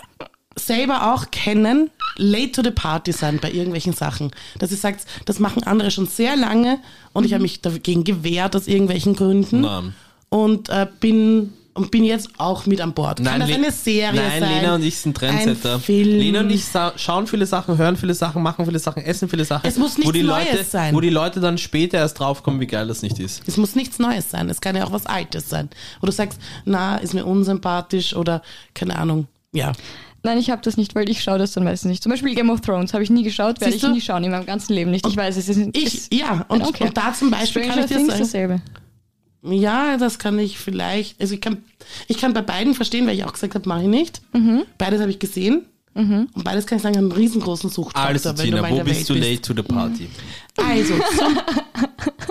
selber auch kennen, late to the party sein bei irgendwelchen Sachen. Dass ihr sagt, das machen andere schon sehr lange und ich habe mich dagegen gewehrt aus irgendwelchen Gründen Mhm. Nein. und äh, bin und bin jetzt auch mit an Bord. Kann das Le- eine Serie Nein, sein? Lena und ich sind Trendsetter. Ein Film. Lena und ich sa- schauen viele Sachen, hören viele Sachen, machen viele Sachen, essen viele Sachen. Es muss wo die nichts Leute, Neues sein. Wo die Leute dann später erst draufkommen, wie geil das nicht ist. Es muss nichts Neues sein, es kann ja auch was Altes sein. Wo du sagst, na, ist mir unsympathisch oder keine Ahnung. Ja. Nein, ich habe das nicht, weil ich schaue das dann meistens nicht. Zum Beispiel Game of Thrones habe ich nie geschaut, werde Siehst ich du? Oh, nie schauen, in meinem ganzen Leben nicht. Ich weiß, es ist Ich, ist, ja, und, Okay. und da zum Beispiel Stranger kann ich Things dir sagen, dasselbe. ja, das kann ich vielleicht, also ich kann, ich kann bei beiden verstehen, weil ich auch gesagt habe, mache ich nicht. Mhm. Beides habe ich gesehen. Und beides kann ich sagen, haben einen riesengroßen Suchtfaktor. Also, wenn du Tina, mal in wo der bist du Welt late to the party? Also, zum,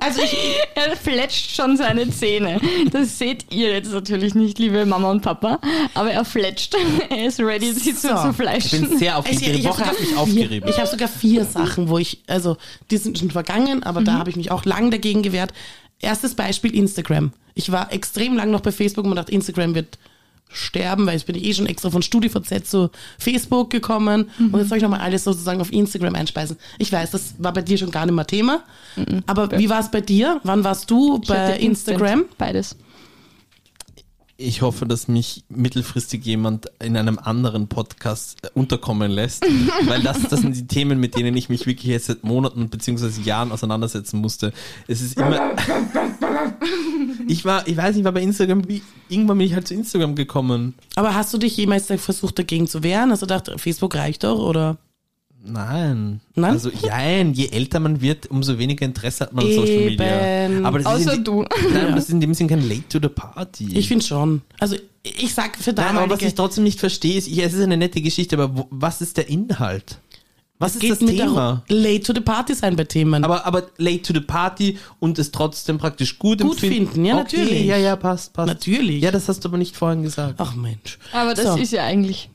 also ich, Er fletscht schon seine Zähne. Das seht ihr jetzt natürlich nicht, liebe Mama und Papa, aber er fletscht. Er ist ready, sie So. zu, zu Ich fleischen. bin sehr Also, aufgeregt. Die hab Woche hat mich vier- aufgerieben. Ich habe sogar vier Sachen, wo ich, also die sind schon vergangen, aber Mhm. da habe ich mich auch lang dagegen gewehrt. Erstes Beispiel Instagram. Ich war extrem lang noch bei Facebook und man dachte, Instagram wird sterben, weil ich bin eh schon extra von StudiVZ zu Facebook gekommen und Mhm. jetzt soll ich nochmal alles sozusagen auf Instagram einspeisen. Ich weiß, das war bei dir schon gar nicht mehr Thema, Mhm. aber wie war es bei dir? Wann warst du Ich bei hätte instant Instagram? Beides. Ich hoffe, dass mich mittelfristig jemand in einem anderen Podcast äh, unterkommen lässt, weil das, das sind die Themen, mit denen ich mich wirklich jetzt seit Monaten bzw. Jahren auseinandersetzen musste. Es ist immer. Ich war, ich weiß nicht, war bei Instagram, wie- irgendwann bin ich halt zu Instagram gekommen. Aber hast du dich jemals versucht dagegen zu wehren? Hast du gedacht, Facebook reicht doch oder? Nein. Nein? Also, nein, je älter man wird, umso weniger Interesse hat man an Social Eben. Media. Aber das Außer ist in, du. Nein, aber das ist in dem Sinn kein Late to the Party. Ich finde schon. Also ich sag für Nein, aber damalige... was ich trotzdem nicht verstehe, ist, ich, es ist eine nette Geschichte, aber wo, was ist der Inhalt? Was ist das Thema? Der Late to the Party sein bei Themen. Aber, aber late to the party und es trotzdem praktisch gut, Gut finden, ja, okay, natürlich. Ja, ja, passt, passt. Natürlich. Ja, das hast du aber nicht vorhin gesagt. Ach Mensch. Aber das So. ist ja eigentlich.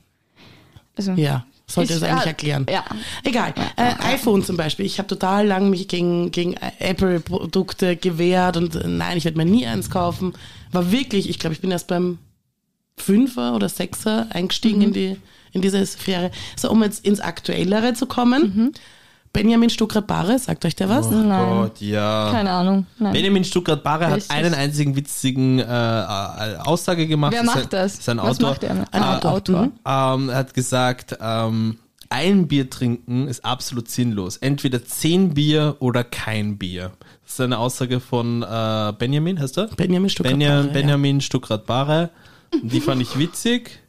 Also, Ja, sollte Ist- es eigentlich ja, erklären. ja. Egal. Äh, iPhone zum Beispiel. Ich habe total lang mich gegen, gegen Apple-Produkte gewehrt und äh, nein, ich werde mir nie eins kaufen. War wirklich, ich glaube, ich bin erst beim Fünfer oder Sechser Mhm. eingestiegen in, die, in diese Sphäre. So, um jetzt ins Aktuellere zu kommen. Mhm. Benjamin Stuckrad-Barre, sagt euch der was? Oh, nein. Gott, ja. Keine Ahnung. Nein. Benjamin Stuttgart-Barre hat Richtig. einen einzigen witzigen äh, äh, Aussage gemacht. Wer Ist macht ein, das? Ist ein Was Autor. macht er? Ein Ah, Autor. Mhm. Ähm, er hat gesagt, ähm, ein Bier trinken ist absolut sinnlos. Entweder zehn Bier oder kein Bier. Das ist eine Aussage von äh, Benjamin, heißt er? Benjamin Stuckrad-Barre. Benjamin, Benjamin Stuckrad-Barre. Und Die fand ich witzig.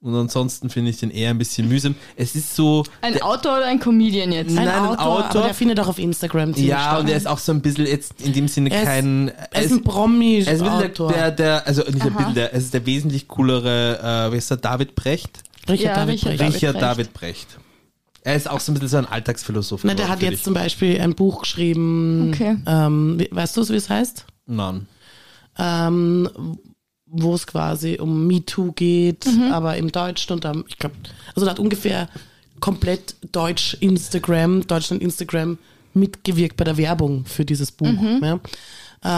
Und ansonsten finde ich den eher ein bisschen mühsam. Es ist so, Ein Autor oder ein Comedian jetzt? Ja. Ein Nein, ein Autor, aber Autor. der findet auch auf Instagram ziemlich ja, stark. und er ist auch so ein bisschen jetzt in dem Sinne Er ist- kein... Er es- ist ein Promi. Er ist ein bisschen Autor. der, der, der, also nicht ein bisschen der, es ist der wesentlich coolere, äh, wie ist er, David Brecht? Richard Ja, David Richard Brecht. David Richard Brecht. David Brecht. Er ist auch so ein bisschen so ein Alltagsphilosoph. Na, der geworden, hat finde jetzt zum Beispiel ein Buch geschrieben. Okay. Ähm, we- weißt du, wie es heißt? ich. Nein. Ähm, wo es quasi um MeToo geht, Mhm. aber im Deutschen und am, ich glaube, also der hat ungefähr komplett Deutsch Instagram, Deutschland Instagram mitgewirkt bei der Werbung für dieses Buch. Mhm. Ja.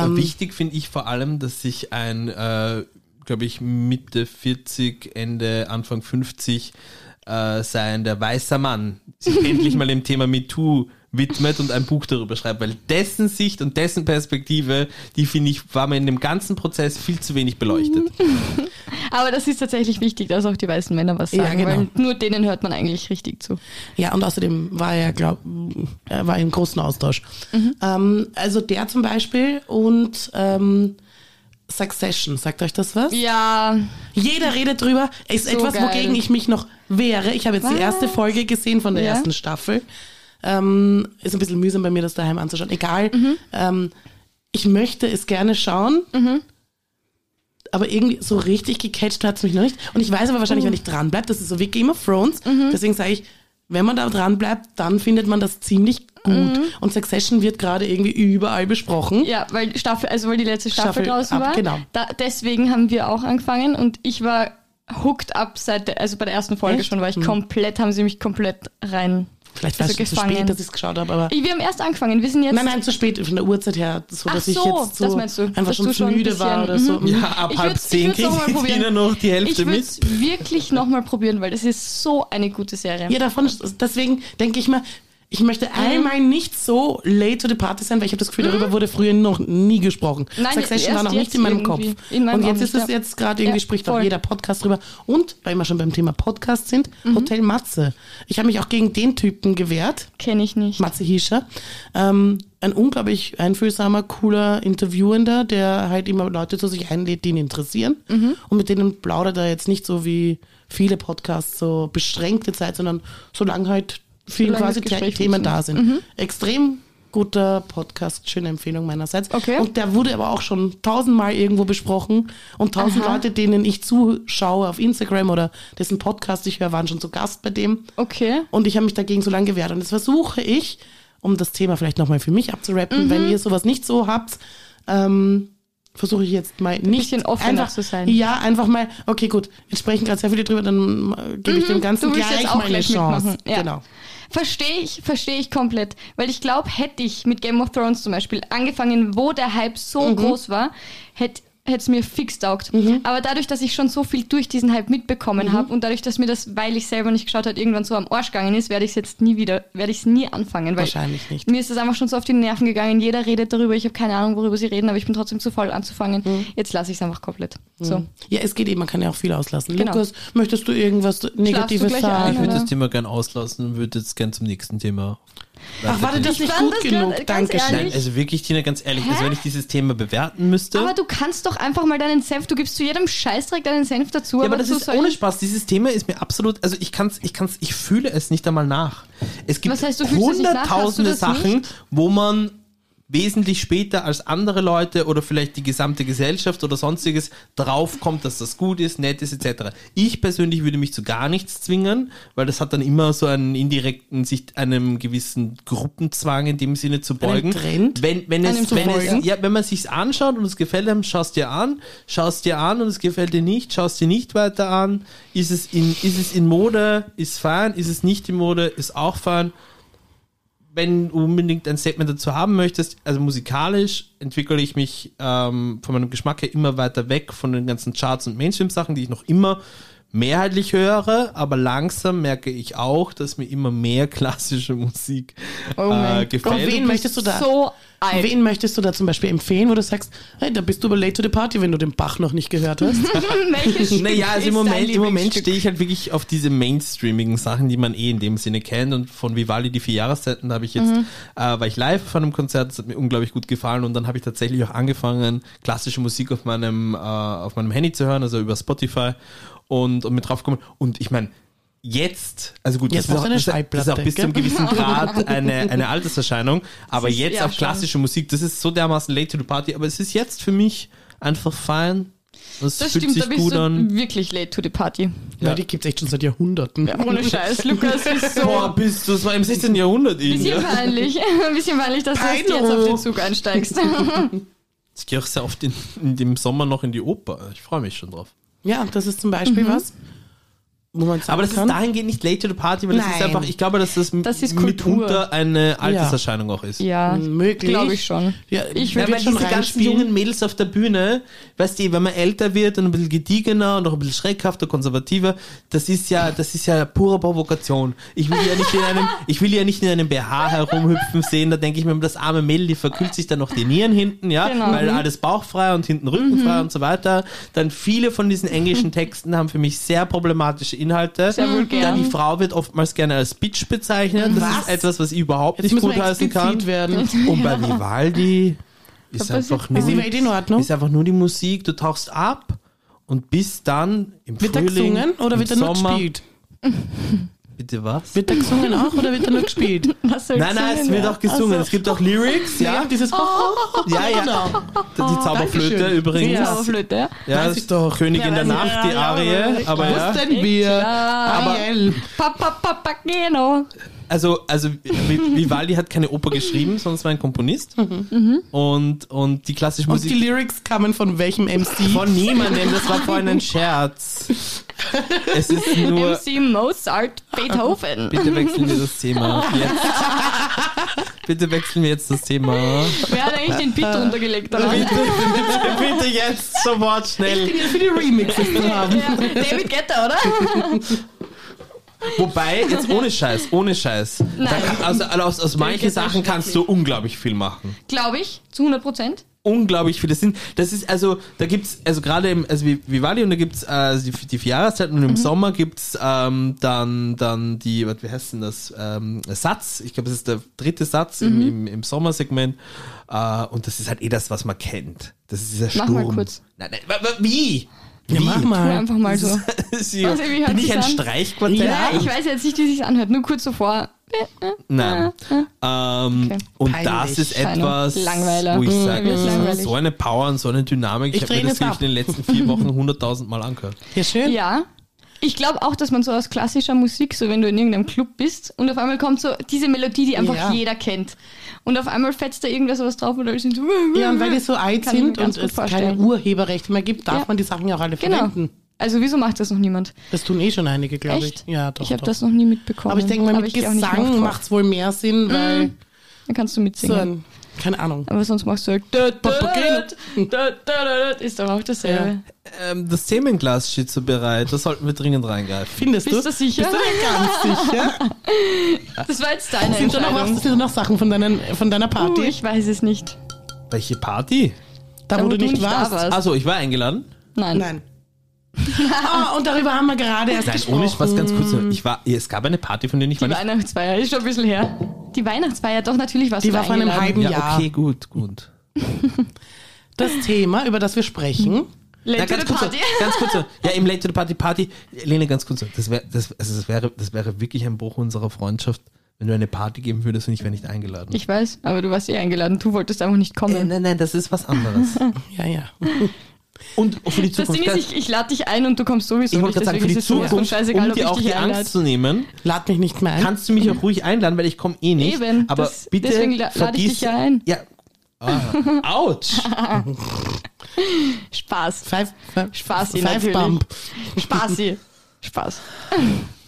Ähm, Wichtig finde ich vor allem, dass sich ein, äh, glaube ich, Mitte 40, Ende, Anfang 50 äh, sein der weißer Mann sich endlich mal dem Thema MeToo widmet und ein Buch darüber schreibt, weil dessen Sicht und dessen Perspektive, die finde ich, war mir in dem ganzen Prozess viel zu wenig beleuchtet. Aber das ist tatsächlich wichtig, dass auch die weißen Männer was Ja, sagen, genau. weil nur denen hört man eigentlich richtig zu. Ja, und außerdem war er, glaub, er war im großen Austausch. Ähm, also der zum Beispiel und ähm, Succession, sagt euch das was? Ja, Jeder redet drüber. Ist So etwas, geil. wogegen ich mich noch wehre. Ich habe jetzt die Was? erste Folge gesehen von der Ja. ersten Staffel. Ähm, ist ein bisschen mühsam bei mir, das daheim Mhm. Mhm. anzuschauen. Egal. Ähm, ich möchte es gerne schauen. aber irgendwie so richtig gecatcht hat es mich noch nicht. Und ich weiß aber wahrscheinlich, Oh. wenn ich dranbleibe, das ist so wie Game of Thrones. Mhm. Deswegen sage ich, wenn man da dranbleibt, dann findet man das ziemlich gut. Und Succession wird gerade irgendwie überall besprochen. Mhm. Ja, weil Staffel, also weil die letzte Staffel, Staffel draußen ab, war. genau. Da, deswegen haben wir auch angefangen und ich war hooked up seit der, also bei der ersten Folge Echt? Hm. schon, weil ich komplett, haben sie mich komplett rein. Vielleicht war also es schon zu gefangen. spät, dass ich es geschaut habe, aber. Ich- Wir haben erst angefangen, wir sind jetzt. Nein, nein, zu spät von der Uhrzeit her, so Ach dass ich so, jetzt so das meinst du, einfach dass schon du zu schon ein müde war oder so. bisschen, mhm. Ja, ab Ich halb würd's- ich zehn würd's kriegt auch mal probieren. Tina noch die Ich Hälfte würde mit. es wirklich nochmal probieren, weil das ist so eine gute Serie. Ja, davon, deswegen denke ich mal, ich möchte einmal nicht so late to the party sein, weil ich habe das Gefühl, darüber wurde früher noch nie gesprochen. Mhm. Nein, Succession erst war noch nicht jetzt in meinem Kopf. irgendwie. In meinem und auch jetzt ist nicht, es ja. jetzt gerade irgendwie, Ja, spricht auch voll. jeder Podcast drüber. Und, weil wir schon beim Thema Podcast sind, Mhm. Hotel Matze. Ich habe mich auch gegen den Typen gewehrt. Kenne ich nicht. Matze Hiescher. Ähm, ein unglaublich einfühlsamer, cooler Interviewender, der halt immer Leute zu sich einlädt, die ihn interessieren. Mhm. Und mit denen plaudert er jetzt nicht so wie viele Podcasts, so beschränkte Zeit, sondern solange halt viel Solange quasi das Gespräch The- Themen funktioniert. Mhm. da sind. Extrem guter Podcast, schöne Empfehlung meinerseits. Okay. Und der wurde aber auch schon tausendmal irgendwo besprochen und tausend Aha. Leute, denen ich zuschaue auf Instagram oder dessen Podcast ich höre, waren schon zu Gast bei dem. Okay. Und ich habe mich dagegen so lange gewehrt. Und jetzt versuche ich, um das Thema vielleicht nochmal für mich abzurappen, Mhm. wenn ihr sowas nicht so habt, ähm, versuche ich jetzt mal nicht bisschen offener einfach, zu sein. Ja, einfach mal, okay, gut, jetzt sprechen gerade sehr viele drüber, dann äh, gebe ich dem Ganzen Mhm. du willst gleich jetzt auch mal eine gleich Chance. mitmachen. Ja. Genau. Verstehe ich, verstehe ich komplett. Weil ich glaube, hätte ich mit Game of Thrones zum Beispiel angefangen, wo der Hype so Mhm. groß war, hätte es mir fix taugt. Aber dadurch, dass ich schon so viel durch diesen Hype Mhm. mitbekommen habe und dadurch, dass mir das, weil ich selber nicht geschaut habe, irgendwann so am Arsch gegangen ist, werde ich es jetzt nie wieder, werde ich es nie anfangen. Weil Wahrscheinlich nicht. Mir ist es einfach schon so auf die Nerven gegangen. Jeder redet darüber. Ich habe keine Ahnung, worüber sie reden, aber ich bin trotzdem zu voll anzufangen. Mhm. Jetzt lasse ich es einfach komplett. So. Ja, es geht eben, man kann ja auch viel auslassen. Genau. Lukas, möchtest du irgendwas Negatives gleich ein, sagen? Ich würde oder? das Thema gern auslassen und würde jetzt gern zum nächsten Thema. Ach, warte, das ist Ich nicht fand gut das genug. grad- ganz Dankeschön. ehrlich. Nein, also wirklich, Tina, ganz ehrlich, Hä? also wenn ich dieses Thema bewerten müsste. Aber du kannst doch einfach mal deinen Senf, du gibst zu jedem Scheißdreck deinen Senf dazu. ja, aber das zu ist solchen- ohne Spaß. Dieses Thema ist mir absolut, also ich kann's, ich kann's, ich fühle es nicht einmal nach. Es gibt Was heißt, du fühlst es nicht nach? Hast du hunderttausende das Sachen, wo man wesentlich später als andere Leute oder vielleicht die gesamte Gesellschaft oder sonstiges draufkommt, dass das gut ist, nett ist, etc. Ich persönlich würde mich zu gar nichts zwingen, weil das hat dann immer so einen indirekten, sich einem gewissen Gruppenzwang in dem Sinne zu beugen. Trend? Wenn, wenn Einem es, zu wenn folgen? es, ja, wenn man sich's anschaut und es gefällt einem, schaust dir an, schaust dir an und es gefällt dir nicht, schaust dir nicht weiter an. Ist es in, ist es in Mode, ist fein, ist es nicht in Mode, ist auch fein. Wenn du unbedingt ein Statement dazu haben möchtest, also musikalisch entwickle ich mich ähm, von meinem Geschmack her immer weiter weg von den ganzen Charts und Mainstream-Sachen, die ich noch immer mehrheitlich höre, aber langsam merke ich auch, dass mir immer mehr klassische Musik Oh mein äh, Gott, gefällt. wen möchtest du da? So alt. Wen möchtest du da zum Beispiel empfehlen, wo du sagst, hey, da bist du aber late to the party, wenn du den Bach noch nicht gehört hast? Welches Stück Naja, also ist dein im Moment, im Moment Lieblingsstück? stehe ich halt wirklich auf diese mainstreamigen Sachen, die man eh in dem Sinne kennt. Und von Vivaldi die vier Jahreszeiten da habe ich jetzt, Mhm. äh, war ich live von einem Konzert, das hat mir unglaublich gut gefallen. Und dann habe ich tatsächlich auch angefangen, klassische Musik auf meinem, äh, auf meinem Handy zu hören, also über Spotify und, und mit draufgekommen. Und ich meine, Jetzt, also gut, Jetzt das, ist brauchst auch, du eine das, ist- das ist auch Schallplatte, bis zum gell? gewissen Grad eine, eine Alterserscheinung, aber ist- jetzt ja, auf schon. klassische Musik, das ist so dermaßen late to the party, aber es ist jetzt für mich einfach fein. Es Das fühlt stimmt, da sich bist gut du an. wirklich late to the party. Weil die gibt es echt schon seit Jahrhunderten. Ohne Scheiß. Lukas ist Boah, so. bist du, das war im 16. Jahrhundert irgendwie. Bisschen Ja. peinlich, ein bisschen peinlich, dass du erst Peinlo. jetzt auf den Zug einsteigst. Ich gehe auch sehr oft in, in dem Sommer noch in die Oper. Ich freue mich schon drauf. Ja, das ist zum Beispiel was, wo man sagen Aber das kann. ist dahingehend nicht late to the party, weil das ist Nein. einfach, ich glaube, dass das, m- Das ist Kultur. mitunter eine Alterserscheinung auch ist. ja, Möglich. glaube ich schon. Ja, Ich Ja, würde Ja, wird weil schon diese ganzen reinspielen. jungen Mädels auf der Bühne, weißt du, wenn man älter wird und ein bisschen gediegener und auch ein bisschen schreckhafter, konservativer, das ist ja, das ist ja pure Provokation. Ich will ja nicht in einem, ich will ja nicht in einem BH herumhüpfen sehen, da denke ich mir, das arme Mädel, die verkühlt sich dann noch die Nieren hinten, ja, Genau. weil Mhm. alles bauchfrei und hinten rückenfrei und so weiter. Dann viele von diesen englischen Texten haben für mich sehr problematische Inhalte. Sehr vulgär. Dann die Frau wird oftmals gerne als Bitch bezeichnet. Das Was? ist etwas, was ich überhaupt Jetzt nicht müssen wir gutheißen explizit kann. werden. Und bei Vivaldi ist Da passiert einfach, nur, Ist die Welt in Ordnung? ist einfach nur die Musik, du tauchst ab und bist dann im wird da Frühling, gesungen oder im wird da nur Sommer, gespielt? Bitte was? Wird da gesungen auch oder wird da nur gespielt? Was soll ich Nein, nein, es singen? wird auch gesungen. Also- Es gibt auch Lyrics, Ja, Oh, ja. dieses. Ja, ja. Genau. Die Zauberflöte Dankeschön. übrigens. Ja. Ja, Zauberflöte, ja. Weiß ich doch. Königin der Ja, weiß Nacht, ich. die Ja, Arie. ja, Aber ja. Was denn wir? Klar. Ariel. Pa, pa, pa, pa, genau. Also, also Vi- Vivaldi hat keine Oper geschrieben, sondern es war ein Komponist. Und, und die klassische Mhm. Und die Musik. Lyrics kamen von welchem MC? von niemandem, das war vorhin ein Scherz. Es ist nur. MC Mozart, Beethoven. Bitte wechseln wir das Thema jetzt. Bitte wechseln wir jetzt das Thema. Wer hat eigentlich den Ah. Beat runtergelegt? Oder? Bitte, bitte, bitte jetzt sofort schnell. Die für die Remixes zu haben. Ja, David Guetta, oder? Wobei, jetzt ohne Scheiß, ohne Scheiß. Da kann, also, also aus, aus manchen ist Sachen kannst du unglaublich viel machen. Glaube ich, zu 100 Prozent. Unglaublich viel. Das sind, das ist, also, da gibt's, also gerade im, also wie Vivaldi und da gibt's, äh, also die, die vier Jahreszeiten und Mhm. im Sommer gibt's, ähm, dann, dann die, was, wie heißt denn das, ähm, Satz. Ich glaube, das ist der dritte Satz Mhm. im, im, im Sommersegment. Äh, und das ist halt eh das, was man kennt. Das ist dieser Mach Sturm. mal kurz. Nein, nein, wa- wa- wie? Ja, mach mal. Einfach mal so. Sie, Also, wie hört bin ich sich's ein an? Streichquartett? Ja, ich weiß jetzt nicht, wie sich anhört. Nur kurz zuvor. Nein. Ähm, Okay. Und Peinlich. das ist Scheinbar. etwas, Langweiler. wo ich Mhm. sage, Wirklich das hat langweilig. so eine Power und so eine Dynamik. Ich, Ich hab dreh mir das das wirklich ab. in den letzten vier Wochen 100.000 Mal angehört. Ja, schön. Ja. Ich glaube auch, dass man so aus klassischer Musik, so wenn du in irgendeinem Club bist und auf einmal kommt so diese Melodie, die einfach Ja. jeder kennt. Und auf einmal fetzt da irgendwer sowas drauf und alle sind so. Ja, und weil die so alt Kann ich mir sind und ganz gut es keine vorstellen. Urheberrechte mehr gibt, darf Ja. man die Sachen ja auch alle Genau. verwenden. Also wieso macht das noch niemand? Das tun eh schon einige, glaube ich. Echt? Ja, doch. Ich habe doch. das noch nie mitbekommen. aber ich denke mal, mit geh auch nicht Mhm, mehr Gesang auf macht es wohl mehr Sinn, weil Dann kannst so du mitsingen. ein, keine Ahnung. Aber sonst machst du halt. dö, dö, dö, Papageno. dö, dö, dö, Ist äh, doch auch dasselbe. Ähm, das Themenglas steht so bereit. Da sollten wir dringend reingreifen. Findest Bist du du? sicher? Bist du dir ganz sicher? Das war jetzt deine Sind da noch, was, Entscheidung. sind da noch Sachen von, deinen, von deiner Uh, Party? ich weiß es nicht. Welche Party? da, wo du nicht warst? Da warst. Also ich war eingeladen. Nein. Nein. Ah, und darüber haben wir gerade erst Nein, gesprochen. ohne Spaß, ganz kurz. Ich war, es gab eine Party, von der ich war Die nicht. Weihnachtsfeier ist schon ein bisschen her. Die Weihnachtsfeier, doch natürlich warst Die du war da vor einem eingeladen. halben Ja, Jahr. okay, gut, gut. Das Thema, über das wir Mhm. sprechen, Late to the Na, ganz kurz, so, Party. ganz kurz. so. Ja, im Late to the Party Party. Lene, ganz kurz. so. Das, wär, das, also das, wäre, das wäre wirklich ein Bruch unserer Freundschaft, wenn du eine Party geben würdest und ich wäre nicht eingeladen. Ich weiß, aber du warst eh eingeladen. Du wolltest einfach nicht Äh, kommen. nein, nein, das ist was anderes. ja, ja. Und für die Das Zukunft. Ding ist, ich, ich lade dich ein und du kommst sowieso ich wollte nicht. gerade sagen, für deswegen die ist es sowas von Zukunft, scheißegal, um dir ob auch ich dich die Angst einlade. zu nehmen, Lad mich nicht mehr ein. kannst du mich auch ruhig einladen, weil ich komme eh nicht. Eben, aber das- bitte deswegen la- lade ich vergiss, dich ja ein. Ja. Ah, ouch! Spaß. Five, five, Spaß, five natürlich. Bump. Spaßi. Spaß.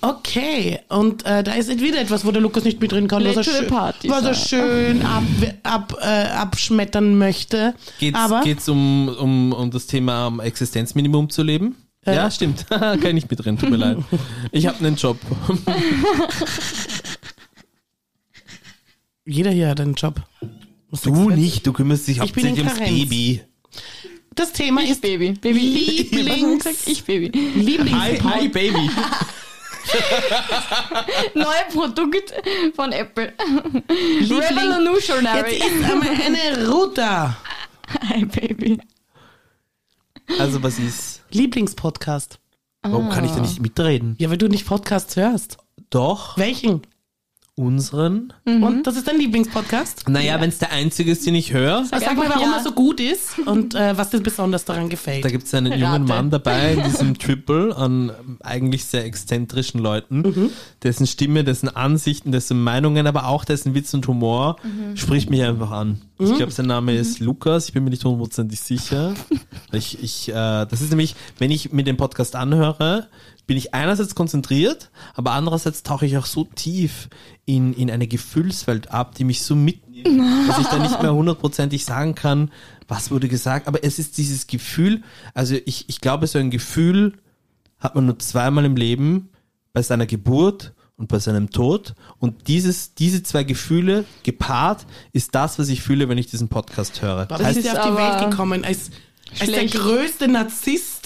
Okay, und äh, da ist wieder etwas, wo der Lukas nicht mit drin kann, was Late er, to the schön, party, was er so. schön ab, ab, äh, abschmettern möchte. Geht's, Aber geht's um, um, um das Thema am Existenzminimum zu leben? Ja, stimmt. Kann ich mit drin, tut mir leid. Ich habe einen Job. jeder hier hat einen Job. Was sagst nicht, du kümmerst dich Ich bin in Karenz. Das Thema Ich ist Baby. Baby. Was hab Lieblings, ich gesagt? Ich Baby. Hi, hi, Lieblingspod Baby. Neue Produkt von Apple. Liebling Jetzt Revolutionary. ist einmal eine Ruta. Hi Baby. Also, was ist? Lieblingspodcast. Warum kann ich Ah. da nicht mitreden? Ja, weil du nicht Podcasts hörst. Doch, Welchen? unseren. Mhm. Und das ist dein Lieblingspodcast? Naja, wenn's der einzige ist, den ich höre. Sag, einfach mal, warum ja. er so gut ist und äh, was dir besonders daran gefällt. Da gibt es einen jungen Rate. Mann dabei in diesem Triple an ähm, eigentlich sehr exzentrischen Leuten, dessen Stimme, dessen Ansichten, dessen Meinungen, aber auch dessen Witz und Humor spricht mich einfach an. Ich glaube, sein Name ist Lukas, ich bin mir nicht hundertprozentig sicher. ich, ich, äh, das ist nämlich, wenn ich mir den Podcast anhöre, bin ich einerseits konzentriert, aber andererseits tauche ich auch so tief in, in eine Gefühlswelt ab, die mich so mitnimmt, dass ich da nicht mehr hundertprozentig sagen kann, was wurde gesagt. Aber es ist dieses Gefühl, also ich, ich glaube, so ein Gefühl hat man nur zweimal im Leben, bei seiner Geburt und bei seinem Tod. Und dieses, diese zwei Gefühle gepaart ist das, was ich fühle, wenn ich diesen Podcast höre. Boah, heißt, Das ist ja auf die aber Welt gekommen als, als der schlecht. größte Narzisst.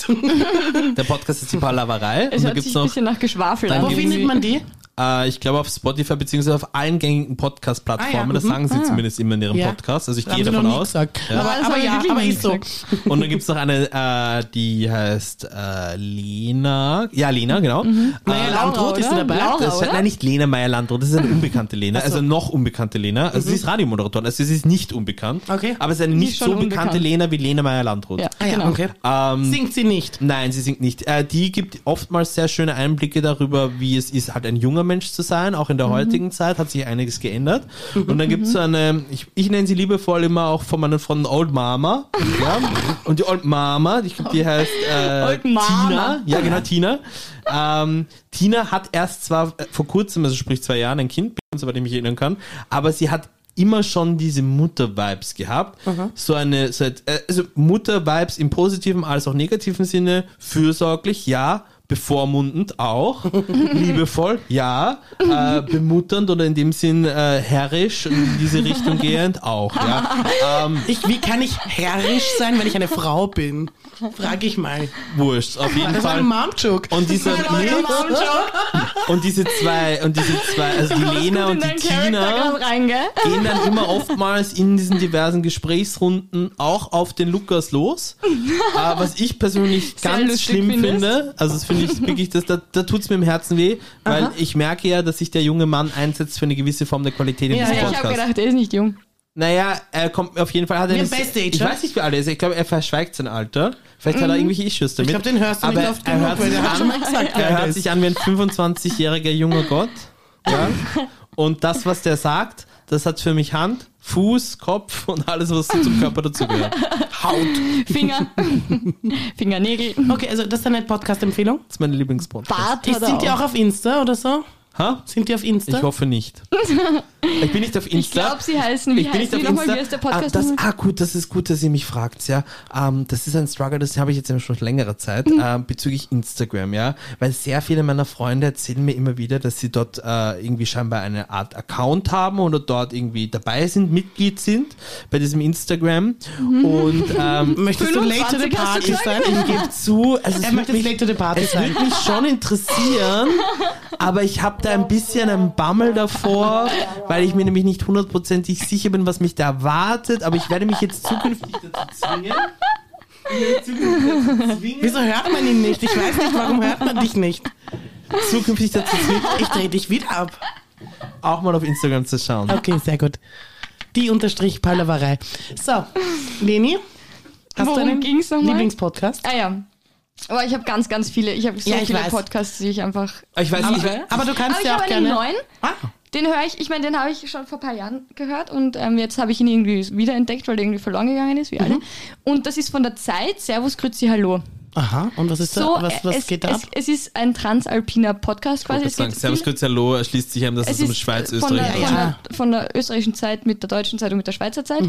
der Podcast ist die Palaverei. Es und da hört Also gibt's sich ein noch bisschen nach Geschwafel Dann an. Wo gibt's- irgendwie. findet man die? Äh, ich glaube auf Spotify beziehungsweise auf allen gängigen Podcast-Plattformen. Ah, ja, Das mhm. sagen sie Ah. zumindest immer in ihrem Ja. Podcast. Also ich Haben gehe sie davon noch nie aus. gesagt. Ja. Aber, Das aber haben sie ja, wirklich aber noch nie ist so. gesagt. Und dann gibt's noch eine, äh, die heißt äh, Lena. Ja, Lena, genau. Naja, Landrut ist Mhm. oder? dabei. Laura, das ist, oder? nein, nicht Lena Meyer-Landrut, das ist eine unbekannte Lena, also noch unbekannte Lena. Also sie ist Radiomoderatorin, also sie ist nicht unbekannt. Okay. Aber es ist eine Die nicht ist Mhm. schon so bekannte unbekannt. Lena wie Lena Meyer-Landrut. Ja, Ah ja, genau. okay. Ähm, Singt sie nicht. Nein, sie singt nicht. Äh, die gibt oftmals sehr schöne Einblicke darüber, wie es ist, halt ein junger Mensch zu sein. Auch in Mhm. der heutigen Zeit hat sich einiges geändert. Und dann gibt's so eine, ich, ich nenne sie liebevoll immer auch von meinen Freunden Old Mama. ja. Und die Old Mama, ich glaube, die heißt äh, Old Mama. Tina. Ja, genau, Tina. Ähm, Tina hat erst zwar äh, vor kurzem, also sprich zwei Jahren, ein Kind, bekommen, soweit ich mich erinnern kann, aber sie hat immer schon diese Mutter-Vibes gehabt. So eine, so, et- äh, also Mutter-Vibes im positiven als auch negativen Sinne, fürsorglich, ja, bevormundend auch, liebevoll, ja, äh, bemutternd oder in dem Sinn äh, herrisch und in diese Richtung gehend auch, ja. Ähm, Ich, wie kann ich herrisch sein, wenn ich eine Frau bin? Frag ich mal. wurscht, auf jeden Das war ein Fall. Mom-Joke. Und diese, Das war ein nee, Mom-Joke. und diese zwei, und diese zwei, also die Lena und die Tina rein, gell? gehen dann immer oftmals in diesen diversen Gesprächsrunden auch auf den Lukas los. Äh, was ich persönlich Sehr ganz lustig schlimm findest. finde, also das finde ich wirklich, das, da, da tut's mir im Herzen weh, weil ich merke ja, dass sich der junge Mann einsetzt für eine gewisse Form der Qualität in Ja, diesem ja. Also Ich Podcast. habe gedacht, der ist nicht jung. Naja, er kommt auf jeden Fall. Hat er Wir eine- Best ne? Age, ich oder? weiß nicht, wie alt er ist. Ich glaube, er verschweigt sein Alter. Vielleicht hat er irgendwelche Issues damit. Mhm. Ich glaube, den hörst du Aber nicht oft er genug, hört weil sich der hat an- schon mal gesagt, er wer hört das sich an wie ein 25-jähriger junger Gott. Ja. Und das, was der sagt, das hat für mich Hand, Fuß, Kopf und alles, was so zum Körper dazugehört. Haut. Finger. Fingernägel. ist. Okay, also das ist eine Podcast-Empfehlung. Das ist mein Lieblingspodcast. Bart Ich- hat er Sind die auch auf Insta oder so? Ha? Sind die auf Insta? Ich hoffe nicht. Ich bin nicht auf Insta. Ich glaube, sie heißen, wie ich bin nicht heißen auf die nochmal? Insta. Wie ist der ah, Podcast? das, nochmal? ah, gut, das ist gut, dass ihr mich fragt, ja. Ähm, das ist ein Struggle, das habe ich jetzt schon längere Zeit, Mhm. ähm, bezüglich Instagram, ja. Weil sehr viele meiner Freunde erzählen mir immer wieder, dass sie dort äh, irgendwie scheinbar eine Art Account haben oder dort irgendwie dabei sind, Mitglied sind bei diesem Instagram. Und ähm, Möchtest du late to the 25 hast Mhm. du party gesagt? sein? ich gebe zu, also es Er wird möchte jetzt late to the party es sein. würde mich schon interessieren, aber ich habe da ein bisschen einen Bammel davor, weil ich mir nämlich nicht hundertprozentig sicher bin, was mich da erwartet. Aber ich werde mich jetzt zukünftig dazu zwingen. Ich werde mich zukünftig dazu zwingen- Wieso hört man ihn nicht? Ich weiß nicht, warum hört man dich nicht? Zukünftig dazu zwingen, Ich drehe dich wieder ab. auch mal auf Instagram zu schauen. Okay, sehr gut. Die unterstrich Palaverei. So, Leni, hast Worum du einen ging's nochmal? Lieblingspodcast? Ah ja. Aber ich habe ganz, ganz viele. Ich habe so Ja, ich viele weiß. Podcasts, die ich einfach. Also Ich weiß nicht, Liebe. Aber du kannst Aber ich ja habe auch einen gerne. neuen. Ah, Den höre ich, ich meine, den habe ich schon vor ein paar Jahren gehört und ähm, jetzt habe ich ihn irgendwie wiederentdeckt, weil der irgendwie verloren gegangen ist, wie Mhm. alle. Und das ist von der Zeit Servus, Grüezi, Hallo. aha, und was ist So, da? Was, was es, geht da ab? es, es ist ein transalpiner Podcast quasi. Es sagen, geht Servus, viel- grüß, hallo, erschließt sich einem, dass es, es um ist Schweiz, von der, Österreich geht. Ja. Von, Mhm. der, von der österreichischen Zeit mit der deutschen Zeit und mit der Schweizer Zeit.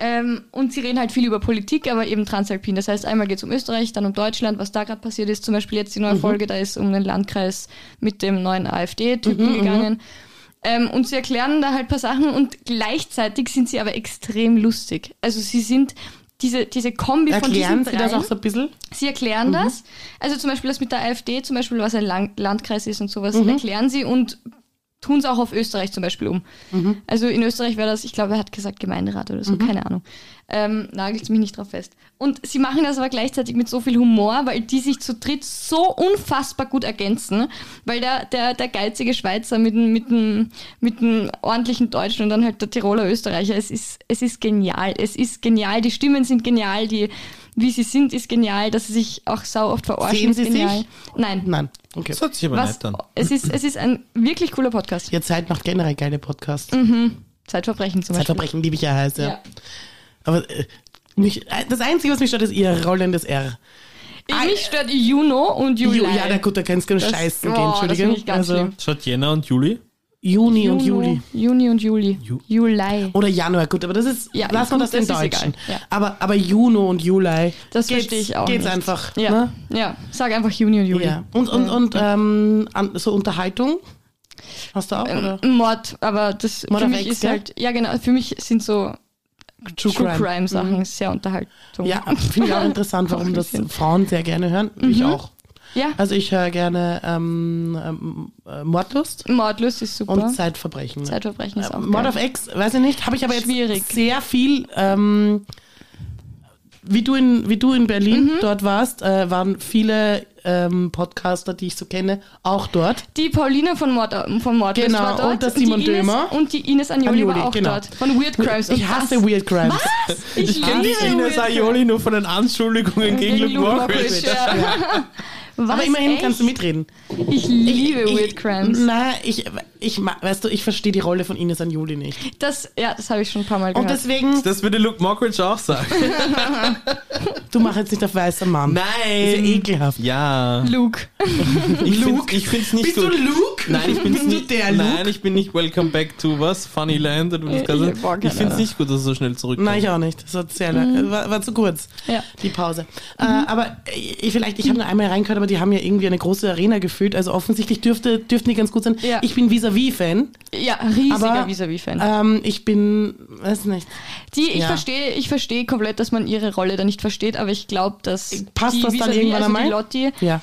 Ähm, und sie reden halt viel über Politik, aber eben transalpin. Das heißt, einmal geht es um Österreich, dann um Deutschland, was da gerade passiert ist. Zum Beispiel jetzt die Mhm. neue Folge, da ist um den Landkreis mit dem neuen Mhm, AfD-Typen gegangen. Ähm, und sie erklären da halt ein paar Sachen und gleichzeitig sind sie aber extrem lustig. Also sie sind diese, diese Kombi von Erklären diesen Sie das dreien- auch so Mhm. ein bisschen? Sie erklären das. Also zum Beispiel das mit der AfD, zum Beispiel was ein Lang Landkreis ist und sowas, Mhm. erklären sie und tun es auch auf Österreich zum Beispiel um. Mhm. Also in Österreich wäre das, ich glaube, er hat gesagt Gemeinderat oder so, keine Ahnung. Ähm, nagelt mich nicht drauf fest. Und sie machen das aber gleichzeitig mit so viel Humor, weil die sich zu dritt so unfassbar gut ergänzen, weil der, der, der geizige Schweizer mit dem mit dem- mit dem ordentlichen Deutschen und dann halt der Tiroler Österreicher, es ist, es ist genial. Es ist genial, die Stimmen sind genial, die wie sie sind, ist genial, dass sie sich auch sau oft verarschen. Sehen ist sie sich? genial. Nein. Nein, okay. Das hört sich aber Was, nett an. es, ist, es ist ein wirklich cooler Podcast. Ihr Zeit macht generell geile Podcasts. Zeitverbrechen zum Beispiel. Zeitverbrechen liebe ich ja heiß, ja. Mhm. Ja. Aber äh, mich, äh, das Einzige, was mich stört, ist ihr rollendes R. Ich- Mich stört Juno und Juli. Ju, ja, na gut, da kannst du Das- scheißen oh, gehen, das Entschuldigung. Also, finde ich ganz schlimm. Schaut Jena und Juli? Juni und Juno, Juli. Juni und Juli. Ju- Juli. Oder Januar, gut, aber das ist, Ja, lass mal gut, das den das ist Deutschen. egal, ja. Aber, aber Juno und Juli, Das geht's, verstehe ich auch Geht's nicht. einfach. Ja. Ne? ja, sag einfach Juni und Juli. Ja. Und, und, und ähm, an, so Unterhaltung? Hast du Ähm, auch? Oder? Mord, aber das Mord für auf mich Ex, ist ja? halt, ja genau, für mich sind so True Mhm. Sachen sehr Unterhaltung. Mhm. Ja, finde ich auch interessant, warum das Frauen sehr gerne hören. Ich auch. Ja. Also ich höre gerne ähm, ähm, äh, Mordlust Mordlust ist super. und Zeitverbrechen. Zeitverbrechen ist auch Mord geil. of X, weiß ich nicht, habe ich aber jetzt Schwierig. sehr viel. Ähm, wie du in, wie du in Berlin Mhm. dort warst, äh, waren viele ähm, Podcaster, die ich so kenne, auch dort. Die Paulina von Mord, von Mordlust Genau, war dort. und der Simon die Ines, Dömer. Und die Ines Anjoli Anjoli, war auch genau. dort. Von Weird Crimes. Ich Und hasse das- Weird Crimes. Ich, Kennt liebe ihr Ines Weird Aioli nur von den Anschuldigungen gegen Gegen Luke Luke Mockridge? Mockridge, ja. Was, Aber immerhin echt? kannst du mitreden. Ich liebe Weird Crimes. Nein, ich, ich, ma- weißt du, ich verstehe die Rolle von Ines Anjoli nicht. Das, ja, das habe ich schon ein paar Mal Und gehört. deswegen, Das würde Luke Mockridge auch sagen. du mach jetzt nicht auf weißer Mann. Ist ja ekelhaft. Ja. Luke. Ich find's, ich find's nicht so. Luke? Nein, ich bin's Bist nicht. du der Luke? Äh, Nein, ich bin nicht Welcome Back to was? Funnyland oder Ja, das ich Ganze. hab Bock, Ich find's Alter. nicht gut, dass es so schnell zurückkommt. Nein, ich auch nicht. Das war, sehr lang. War, war zu kurz, Mhm. Ja. Mhm. die Pause. Äh, aber ich, vielleicht, ich habe nur einmal reingehört, aber die haben ja irgendwie eine große Arena gefüllt. Also offensichtlich dürfte, dürften die ganz gut sein. Ja. Ich bin Vis-a-Vis-Fan. Ja, riesiger Aber- Vis-a-vis-Fan. Ähm, ich bin, weiß nicht. Die, ich ja. verstehe, ich verstehe komplett, dass man ihre Rolle da nicht versteht, aber ich glaube, dass Passt die das dann vis-à-vis, irgendwann also die einmal? Lotti, Ja.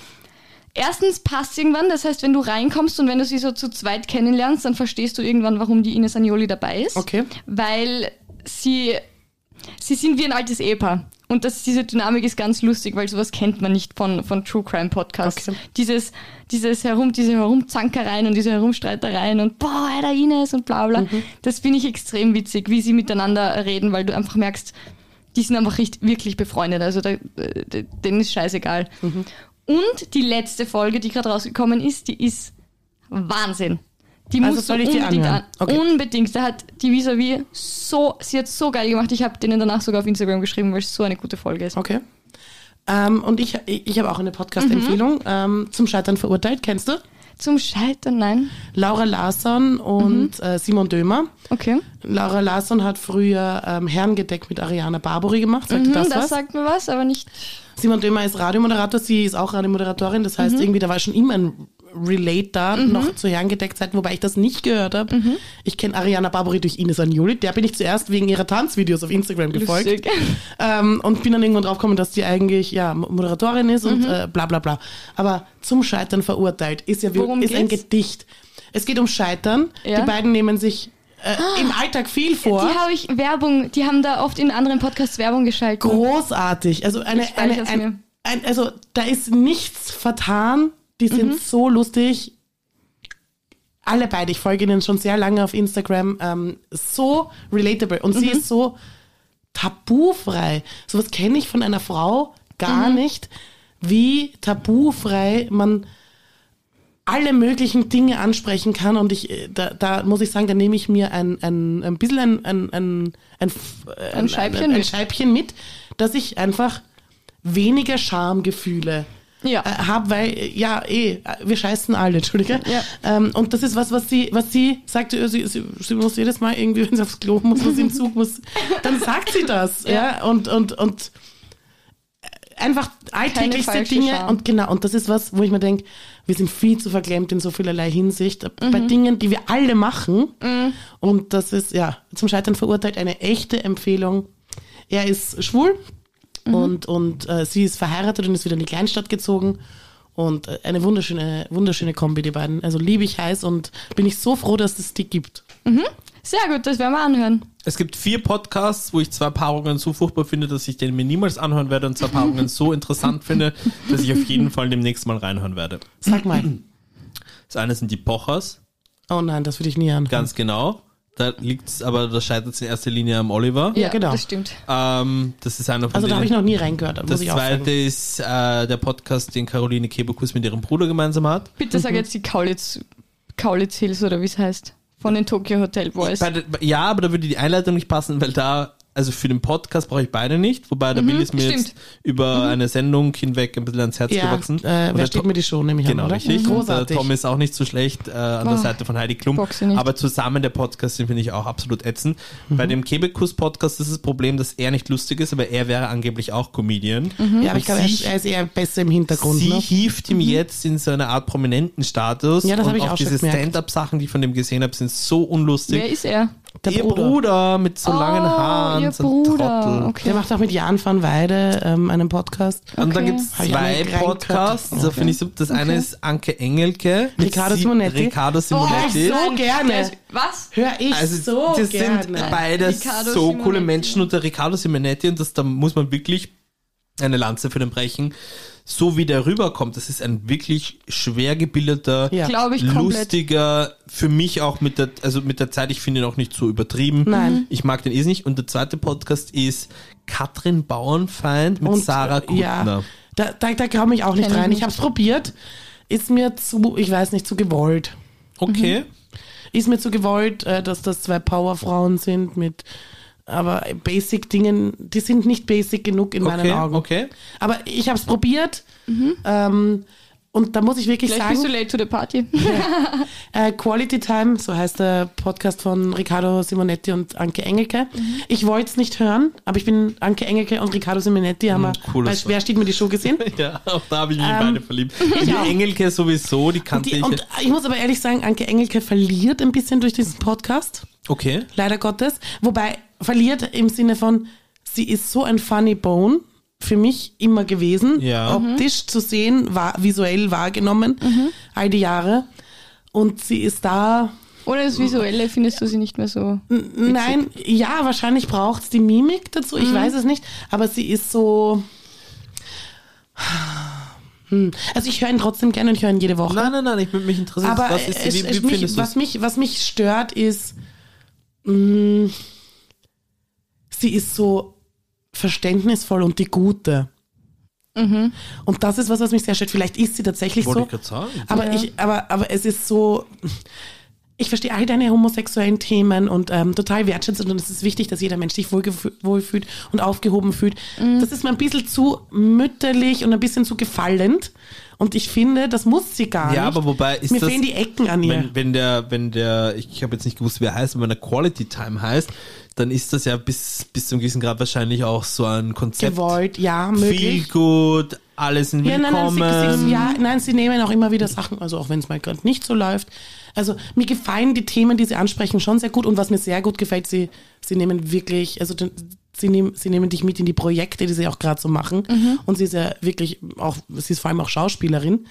erstens passt irgendwann, das heißt, wenn du reinkommst und wenn du sie so zu zweit kennenlernst, dann verstehst du irgendwann, warum die Ines Agnoli dabei ist. Okay. Weil sie, sie sind wie ein altes Ehepaar. Und das, diese Dynamik ist ganz lustig, weil sowas kennt man nicht von, von True Crime Podcasts. Okay. Dieses, dieses herum, diese Herumzankereien und diese Herumstreitereien und boah, Alter Ines und bla bla. Mhm. Das finde ich extrem witzig, wie sie miteinander reden, weil du einfach merkst, die sind einfach richtig, wirklich befreundet. Also da, äh, denen ist scheißegal. Mhm. Und die letzte Folge, die gerade rausgekommen ist, die ist Wahnsinn. Die Also musst soll du ich die unbedingt anhören? an. Okay. Unbedingt. Da hat die Vis-a-vis so, sie hat so geil gemacht. Ich habe denen danach sogar auf Instagram geschrieben, weil es so eine gute Folge ist. Okay. Ähm, und ich, ich habe auch eine Mhm. Podcast-Empfehlung. Ähm, zum Scheitern verurteilt, kennst du? Zum Scheitern, nein. Laura Larsson Mhm. und äh, Simon Dömer. Okay. Laura Larsson hat früher ähm, Herrengedeck mit Ariana Barbori gemacht. Sagt Mhm, ihr das das was? sagt mir was, aber nicht. Simon Dömer ist Radiomoderator, sie ist auch Radiomoderatorin. Das Mhm. heißt, irgendwie, da war schon immer ein Relate da, noch zu Herrengedeckzeiten, wobei ich das nicht gehört habe. Mhm. Ich kenne Ariana Barbari durch Ines Anjuli. Der bin ich zuerst wegen ihrer Tanzvideos auf Instagram gefolgt. Lustig. Ähm, und bin dann irgendwann draufgekommen, dass die eigentlich ja, Mo- Moderatorin ist Mhm. und äh, bla bla bla. Aber zum Scheitern verurteilt ist ja Worum wirklich ist ein geht's? Gedicht. Es geht um Scheitern. Ja. Ah. Die beiden nehmen sich äh, im Alltag viel vor. Die habe ich Werbung, die haben da oft in anderen Podcasts Werbung geschaltet. großartig. Also eine, Ich eine speichere es mir. ein, ein, also da ist nichts vertan. Die sind so lustig. Alle beide, ich folge ihnen schon sehr lange auf Instagram, ähm, so relatable. Und sie ist so tabufrei. Sowas kenne ich von einer Frau gar Mhm. nicht, wie tabufrei man alle möglichen Dinge ansprechen kann. Und ich, äh, da, da muss ich sagen, da nehme ich mir ein, ein, ein bisschen ein, ein, ein, ein, F- äh, ein, Scheibchen ein, ein mit. Scheibchen mit, dass ich einfach weniger Schamgefühle Ja. äh, habe, weil, äh, ja, eh, äh, wir scheißen alle, Entschuldige. Ja. Ähm, und das ist was, was sie, was sie sagt, äh, sie, sie, sie muss jedes Mal irgendwie, wenn sie aufs Klo muss, muss sie im Zug muss, dann sagt sie das. ja. und, und, und äh, einfach alltäglichste falsche Dinge Scham. und genau, und das ist was, wo ich mir denke, wir sind viel zu verklemmt in so vielerlei Hinsicht, äh, bei Mhm. Dingen, die wir alle machen. Und das ist, ja, zum Scheitern verurteilt eine echte Empfehlung. Er ist schwul Mhm. und, und äh, sie ist verheiratet und ist wieder in die Kleinstadt gezogen. Und äh, eine wunderschöne, wunderschöne Kombi, die beiden. Also liebe ich heiß und bin ich so froh, dass es die gibt. Sehr gut, das werden wir anhören. Es gibt vier Podcasts, wo ich zwei Paarungen so furchtbar finde, dass ich den mir niemals anhören werde und zwei Paarungen so interessant finde, dass ich auf jeden Fall demnächst mal reinhören werde. Sag mal. Das eine sind die Pochers, Oh nein, das würde ich nie anfangen. ganz genau. Da liegt's, aber da scheitert's in erster Linie am Oliver. Ja, genau. Das stimmt. Ähm, das ist einer von Also da denen. habe ich noch nie reingehört, muss das ich auch zweite sagen. ist äh, der Podcast, den Caroline Kebekus mit ihrem Bruder gemeinsam hat. Bitte Mhm. sag jetzt die Kaulitz, Kaulitz Hills oder wie es heißt. Von den Tokyo Hotel Boys. Bei, der- ja, aber da würde die Einleitung nicht passen, weil da, also für den Podcast brauche ich beide nicht, wobei Mhm, der Bill ist mir stimmt. jetzt über eine Sendung hinweg ein bisschen ans Herz Ja, gewachsen. äh, Und wer der steht To- mir die Show, nehme ich Genau, an, oder? richtig. Und der Großartig. Oh, Tom ist auch nicht so schlecht äh, an der Boah, Seite von Heidi Klum. bock sie nicht. Aber zusammen der Podcast, den finde ich auch absolut ätzend. Mhm. Bei dem Kebekus-Podcast ist das Problem, dass er nicht lustig ist, aber er wäre angeblich auch Comedian. Mhm. ja, aber ich glaube, er ist- Sie- er ist eher besser im Hintergrund. Sie ne? hieft ihm jetzt in so eine Art prominenten Status. Ja, das und habe ich auch schon diese gemerkt. Stand-up-Sachen, die ich von dem gesehen habe, sind so unlustig. Wer ist er? Der ihr Bruder. Bruder. mit so langen Oh, Haaren, ihr so ein Bruder, Trottel. okay. Der macht auch mit Jan van Weide ähm, einen Podcast. Und dann Okay. gibt es Hab ich auch zwei nicht reingehört. Podcasts. Da finde ich so, das eine ist Anke Engelke. mit Riccardo Sie- Simonetti. Oh, Riccardo Simonetti. Oh, so gerne. Was? Hör ich also, so das gerne. sind beides Riccardo so coole Simonetti. Menschen. Und der Riccardo Simonetti, und das, da muss man wirklich eine Lanze für den brechen, so wie der rüberkommt. Das ist ein wirklich schwer gebildeter, Ja. Glaube ich komplett. lustiger, für mich auch mit der, also mit der Zeit, ich finde ihn auch nicht so übertrieben. Nein. Ich mag den eh nicht. Und der zweite Podcast ist Katrin Bauernfeind mit Und, Sarah äh, Kuttner. Ja, da, da, da kam ich auch nicht Kenn ich rein. Ich nicht. habe es probiert. Ist mir zu, ich weiß nicht, zu gewollt. Okay. Mhm. Ist mir zu gewollt, äh, dass das zwei Powerfrauen sind mit aber Basic-Dingen, die sind nicht basic genug in meinen okay, Augen. Okay. Aber ich habe es probiert. Ähm, und da muss ich wirklich Vielleicht sagen, bist du late to the party. Äh, Quality Time, so heißt der Podcast von Riccardo Simonetti und Anke Engelke. Ich wollte es nicht hören, aber ich bin Anke Engelke und Riccardo Simonetti haben wir cooler bei Song. Schwer steht mir die Show gesehen. Ja, auch da habe ich mich Ähm, beide verliebt. Die auch. Engelke sowieso, die kannte Die, ich. und ich muss aber ehrlich sagen, Anke Engelke verliert ein bisschen durch diesen Podcast, okay. leider Gottes. Wobei verliert im Sinne von, sie ist so ein Funny Bone für mich immer gewesen, Ja. optisch zu sehen, war, visuell wahrgenommen, all die Jahre. Und sie ist da Ohne das Visuelle findest du sie nicht mehr so. Nein, ja, wahrscheinlich braucht es die Mimik dazu, ich weiß es nicht, aber sie ist so. Hm. Also ich höre ihn trotzdem gerne und ich höre ihn jede Woche. Nein, nein, nein, ich würde mich interessieren. aber Also, was ist, es, wie, es, wie mich, findest du was, mich, was mich stört ist, mh, sie ist so verständnisvoll und die Gute. Und das ist was, was mich sehr stört. Vielleicht ist sie tatsächlich so. gerade sagen. Aber Ja. ich, aber, aber es ist so. Ich verstehe all deine homosexuellen Themen und ähm, total wertschätzend und es ist wichtig, dass jeder Mensch sich wohlgef- wohlfühlt und aufgehoben fühlt. Das ist mir ein bisschen zu mütterlich und ein bisschen zu gefallend und ich finde, das muss sie gar nicht. Ja, aber wobei ist Mir das, fehlen die Ecken an ihr. wenn, wenn der, wenn der, ich habe jetzt nicht gewusst, wie er heißt, aber wenn er Quality Time heißt, dann ist das ja bis, bis zum gewissen Grad wahrscheinlich auch so ein Konzept. gewollt, ja, Viel möglich. gut, alles sind Ja, nein, nein, willkommen. sie, sie, ja, nein, sie nehmen auch immer wieder Sachen, also auch wenn es mal gerade nicht so läuft. Also mir gefallen die Themen, die sie ansprechen, schon sehr gut und was mir sehr gut gefällt, sie, sie nehmen wirklich, also den, sie, nehmen, sie nehmen dich mit in die Projekte, die sie auch gerade so machen Mhm. und sie ist ja wirklich auch, sie ist vor allem auch Schauspielerin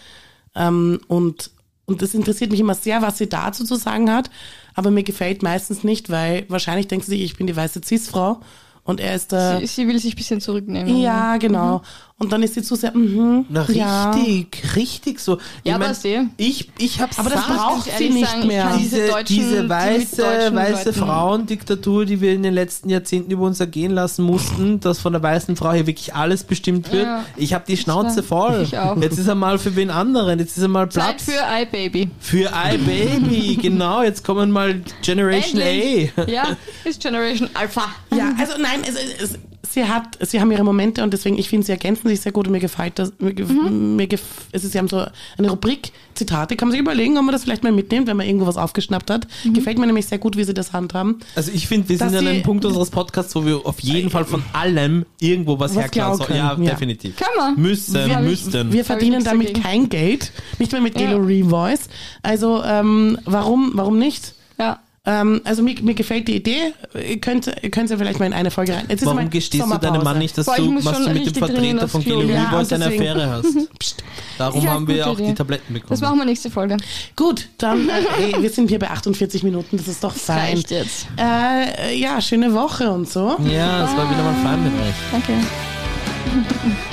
ähm, und und das interessiert mich immer sehr, was sie dazu zu sagen hat, aber mir gefällt meistens nicht, weil wahrscheinlich denkt sie sich, ich bin die weiße Cis-Frau und er ist der... Sie, sie will sich ein bisschen zurücknehmen. Ja, genau. Und dann ist sie zu sehr, mhm. Mhm. Na, ja. richtig, richtig so. Ich Ja, aber sehe. ich, ich hab's Aber das gesagt. braucht sie nicht mehr. Ich kann diese, diese, deutschen, diese mit weiße, deutschen weiße Leuten- Frauendiktatur, die wir in den letzten Jahrzehnten über uns ergehen lassen mussten, dass von der weißen Frau hier wirklich alles bestimmt wird. Ja. Ich habe die Schnauze voll. Ich auch. Jetzt ist einmal für wen anderen. Jetzt ist einmal Zeit Platz für iBaby. für iBaby. genau, jetzt kommen mal Generation Endlich. A. Ja, ist Generation Alpha. Ja, also nein, es, es, es, sie hat, sie haben ihre Momente und deswegen, ich finde, sie ergänzen sich sehr gut und mir gefällt das, mir, gef, Mhm. mir gef, es ist, sie haben so eine Rubrik, Zitate, kann man sich überlegen, ob man das vielleicht mal mitnimmt, wenn man irgendwo was aufgeschnappt hat. Mhm. Gefällt mir nämlich sehr gut, wie sie das handhaben. Also ich finde, wir Dass sind an sie- einem Punkt unseres Podcasts, wo wir auf jeden Fall von allem irgendwo was, Was herklauen klauen sollen. Ja, können, ja. definitiv. Können wir. Müssen, Wir- müssten. Wir verdienen nichts damit dagegen. kein Geld, nicht mal mit Ja. Gelo Revoice. Also, ähm, warum, warum nicht? Ja. Ähm, also mir, mir gefällt die Idee. Ihr könnt, ihr könnt ja vielleicht mal in eine Folge rein. Jetzt ist Warum einmal gestehst du deinem Sommerpause. Mann nicht, dass Boah, ich du, muss was schon du mit dem richtig dringend Vertreter aufs von Klo. Kilo Ja, Revoice und eine deswegen- Affäre hast? Darum Ja, haben wir gute auch Idee. die Tabletten bekommen. Das machen wir nächste Folge. Gut, dann, äh, hey, wir sind hier bei 48 Minuten, das ist doch fein. Reicht jetzt. Äh, ja, schöne Woche und so. ja, das war wieder mal fein mit euch. Danke.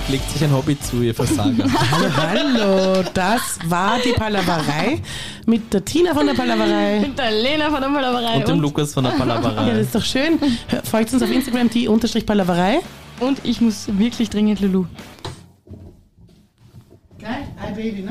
Legt sich ein Hobby zu, ihr Versager. Hallo, hallo, das war die Palaverei mit der Tina von der Palaverei. Mit der Lena von der Palaverei Und dem Lukas von der Ja, das Palaverei. ist doch schön. Folgt uns auf Instagram, die unterstrich Palaverei. und ich muss wirklich dringend Lulu. Geil, hi Baby, ne?